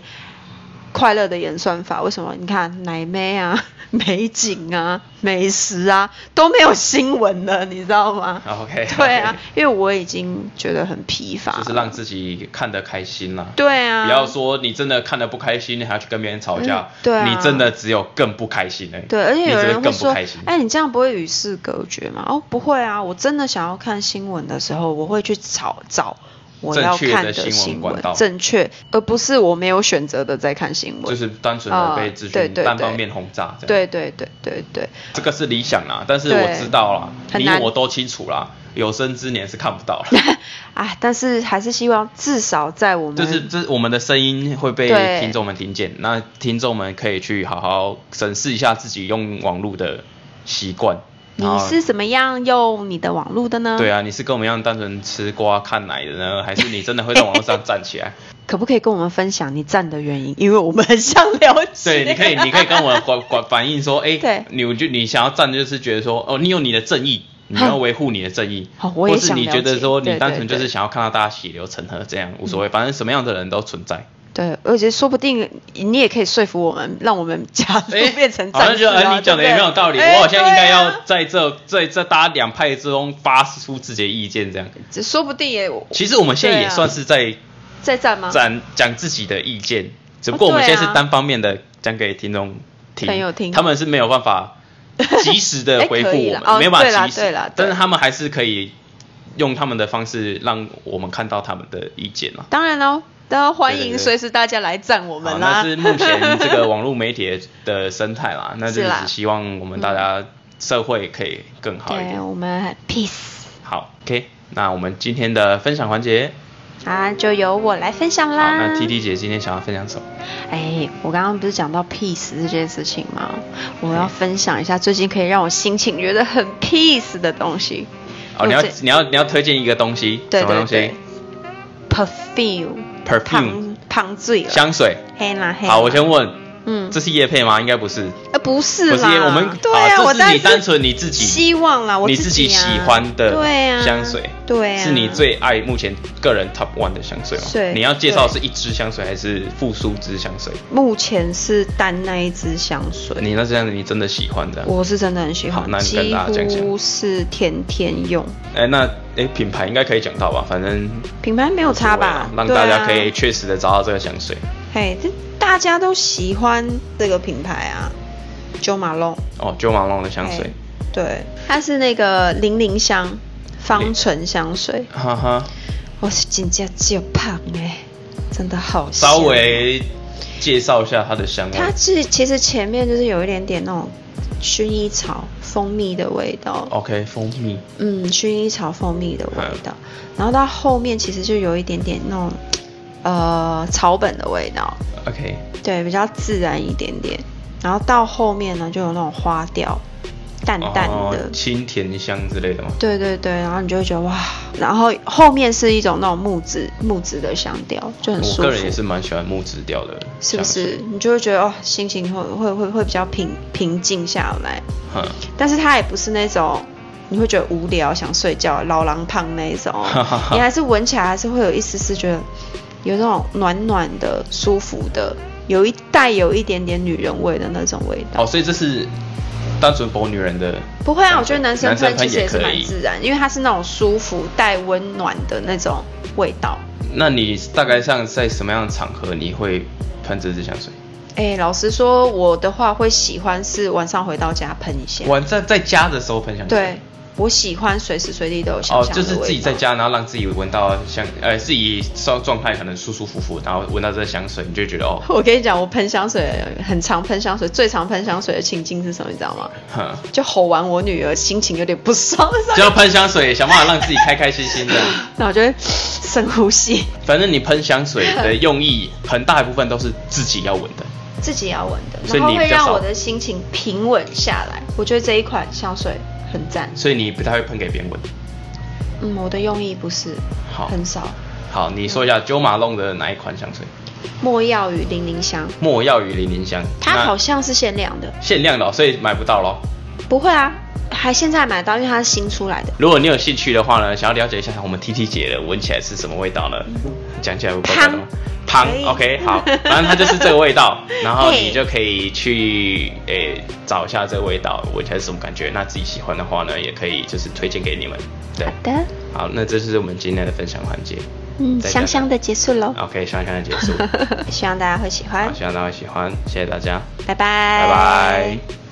A: 快乐的演算法。为什么？你看奶妹啊、 [laughs] 美景啊、美食啊都没有新闻了，你知道吗
B: OK，
A: [laughs] 对啊，因为我已经觉得很疲乏了。
B: [laughs] 就是让自己看得开心啦。
A: 对啊，
B: 不要说你真的看得不开心，你还要去跟别人吵架
A: 嗯，对啊
B: 你真的只有更不开心哎、
A: 对，而且
B: 你
A: 有
B: 只
A: 人
B: 更不
A: 说
B: 开心，。
A: 哎，你这样不会与世隔绝吗？哦，不会啊，我真的想要看新闻的时候，我会去找找我
B: 正
A: 要
B: 确的
A: 看
B: 新闻
A: 新
B: 管
A: 闻
B: 道，
A: 正确，而不是我没有选择的在看新闻。
B: 就是单纯的被资
A: 啊对
B: 讯
A: 对对
B: 单方面轰炸，这样，
A: 对对对对对，
B: 这个是理想啦，但是我
A: 对
B: 知道啦，
A: 很
B: 你
A: 难
B: 我都清楚啦，有生之年是看不到了，
A: 哎，但是还是希望至少在我们
B: 就是这我们的声音会被
A: 嗯对
B: 听众们听见，那听众们可以去好好审视一下自己用网络的习惯，然
A: 你
B: 后
A: 是怎么样用你的网络的呢？
B: 对啊，你是跟我们一样单纯吃瓜看奶的呢， [laughs] 还是你真的会在网络上站起
A: [laughs]
B: 来？
A: 可不可以跟我们分享你站的原因？因为我们很想了解。
B: 对，你可以，你可以跟我反反反映
A: [laughs]
B: 说，哎、
A: 对
B: 你我就你想要站的就是觉得说，哦，你有你的
A: [laughs]
B: 正义，你要维护你的正义，
A: 好我也
B: 或是
A: 想
B: 你
A: 了
B: 觉得
A: 解
B: 说，你
A: 对
B: 单
A: 对嗯
B: 纯就是
A: 对
B: 想要看到大家血流成河，这样无所谓，反正什么样的人都存在。
A: [laughs] 对，而且说不定你也可以说服我们，让我们 [laughs] 加入
B: 哎，
A: 变成
B: 好像
A: 战
B: 觉
A: 士
B: 得
A: 啊！
B: 哎你讲的也
A: 对不
B: 没
A: 对
B: 有道理，
A: 哎
B: 我好像应该
A: 对
B: 要
A: 啊
B: 在这在这大家两派之中发出自己的意见，这样。
A: 只说不定也
B: 其实我们现在
A: 对
B: 也
A: 啊
B: 算是在
A: 在站吗？
B: 讲讲自己的意见，只不过
A: 哦
B: 我们
A: 对
B: 现
A: 啊
B: 在是单方面的讲给听众听，
A: 朋友听
B: 他们是没有
A: [laughs]
B: 办法及时的回复
A: 哎可以
B: 我
A: 啦
B: 们，
A: 哦
B: 没有办法及
A: 对啦对
B: 时
A: 啦对，
B: 但是他们还是可以用他们的方式让我们看到他们的意见啊啦。
A: 当然喽，都要欢
B: 对对
A: 迎
B: 对
A: 随时大家来赞我
B: 好，
A: 们
B: 那
A: 啦。
B: 是目前
A: [laughs]
B: 这个网络媒体的生态啦，那就是
A: 是啦
B: 只希望我们大家社会可以更好一
A: 对，
B: 点。
A: 我们很 peace。
B: 好，OK，那我们今天的分享环节，
A: 啊，就由我来分享
B: 好，
A: 啦。
B: 那 T T 姐今天想要分享什么？
A: 哎，我刚刚不是讲到 peace 这件事情吗？我
B: 哎
A: 要分享一下最近可以让我心情觉得很 peace 的东西。
B: 哦，你要
A: 我最
B: 你要你要推荐一个东西，
A: 对
B: 什么
A: 对
B: 东西
A: 对，perfume，
B: ？Perfume
A: 胖胖醉了，
B: 香水。
A: 黑啦黑啦。
B: 好，我先问，
A: 嗯，
B: 这是叶配吗？应该不是，
A: 呃不是
B: 不
A: 啦，
B: 是叶，我们
A: 对啊，
B: 好
A: 我
B: 这是你
A: 当然
B: 单纯你自己，
A: 希望啦，我
B: 你
A: 自
B: 己
A: 啊
B: 喜欢
A: 对啊
B: 的香水，
A: 对啊，
B: 是你最爱目前个人 top one 的香水吗？
A: 对
B: 你要介绍是一支香水还是复数支香水？
A: 目前是单那一支香水，
B: 你那这样子你真的喜欢的？
A: 我是真的很喜
B: 好
A: 欢
B: 那，你跟
A: 几
B: 大家讲讲
A: 乎是天天用。
B: 哎，那哎品牌应该可以讲到吧？反正
A: 品牌没有差吧？啊
B: 让
A: 对
B: 大家可以
A: 啊、
B: 确实的找到这个香水。
A: 嘿，这大家都喜欢这个品牌啊，Jo Malone
B: 哦，九马龙的香水
A: 嘿，对，它是那个零零香芳醇香水，
B: 哈哈，
A: 我是真正就胖哎，真的好香
B: 稍。微介绍一下它的香味。
A: 它是其实前面就是有一点点那种薰衣草蜂蜜的味道，
B: OK，蜂蜜。
A: 嗯，薰衣草蜂蜜的味道，
B: 嗯
A: 然后到后面其实就有一点点那种呃草本的味道，
B: OK，
A: 对，比较自然一点点。然后到后面呢，就有那种花调，淡淡的，
B: 哦、清甜香之类的吗？
A: 对对对。然后你就会觉得哇，然后后面是一种那种木质木质的香调，就很舒
B: 我
A: 服。
B: 个人也是蛮喜欢木质调的，
A: 是不是？？你就会觉得哦，心情会会会会比较平平静下来。
B: 哼，，
A: 但是它也不是那种你会觉得无聊想睡觉老狼胖那一种
B: [laughs]
A: 你还是闻起来还是会有一丝丝觉得有那种暖暖的、舒服的，有一带有一点点女人味的那种味道。
B: 哦，所以这是单纯否女人的，
A: 不会啊，我觉得男生
B: 男生
A: 喷
B: 喷
A: 其实也是
B: 也可
A: 蛮
B: 以
A: 自然，因为它是那种舒服带温暖的那种味道。
B: 那你大概上在什么样的场合你会喷这支香水？
A: 哎，老实说，我的话会喜欢是晚上回到家喷一下。
B: 晚在在家的时候喷香水，
A: 对，我喜欢随时随地都有香
B: 哦，
A: 香的
B: 就是
A: 味道
B: 自己在家，然后让自己闻到香，呃，自己状状态可能舒舒服服，然后闻到这个香水，你就觉
A: [laughs]
B: 得哦，
A: 我跟你讲，我喷香水很常喷香水，最常喷香水的情境是什么？你知道吗？
B: 哼，
A: 就吼完我女儿，心情有点不爽，
B: 就要喷香水，想办法让自己开开心心的。
A: [laughs] 那我就会深呼吸，
B: 反正你喷香水的用意，很大一部分都是自己要闻的。
A: 自己要闻的，
B: 所以
A: 然后
B: 你
A: 会
B: 比较
A: 让
B: 少
A: 我的心情平稳下来。我觉得这一款香水很赞。
B: 所以你不太会喷给别人闻。
A: 嗯，我的用意不是
B: 好
A: 很少。
B: 好，你说一下 Jo Malone 的哪一款香水？
A: 莫药与零零香，
B: 莫药与零零香。
A: 它
B: 那
A: 好像是限量的，
B: 限量的哦、所以买不到咯。
A: 不会啊，还现在还买得到，因为它是新出来的。
B: 如果你有兴趣的话呢，想要了解一下我们 T T 姐的闻起来是什么味道呢？讲起来会怪怪的吗？
A: 嗯汤
B: 汤
A: 可以
B: ，OK，好，反正它就是这个味
A: [laughs]
B: 道，然后
A: 嘿
B: 你就可以去诶、找一下这个味道闻起来是什么感觉。那自己喜欢的话呢，也可以就是推荐给你们。对
A: 好，的，
B: 好，那这是我们今天的分享环节。
A: 嗯，
B: 再见
A: 香香的结束喽，
B: OK，香香的结束，
A: [laughs] 希望大家会喜欢
B: 好，，希望大家会喜欢，谢谢大家，
A: 拜拜，
B: 拜拜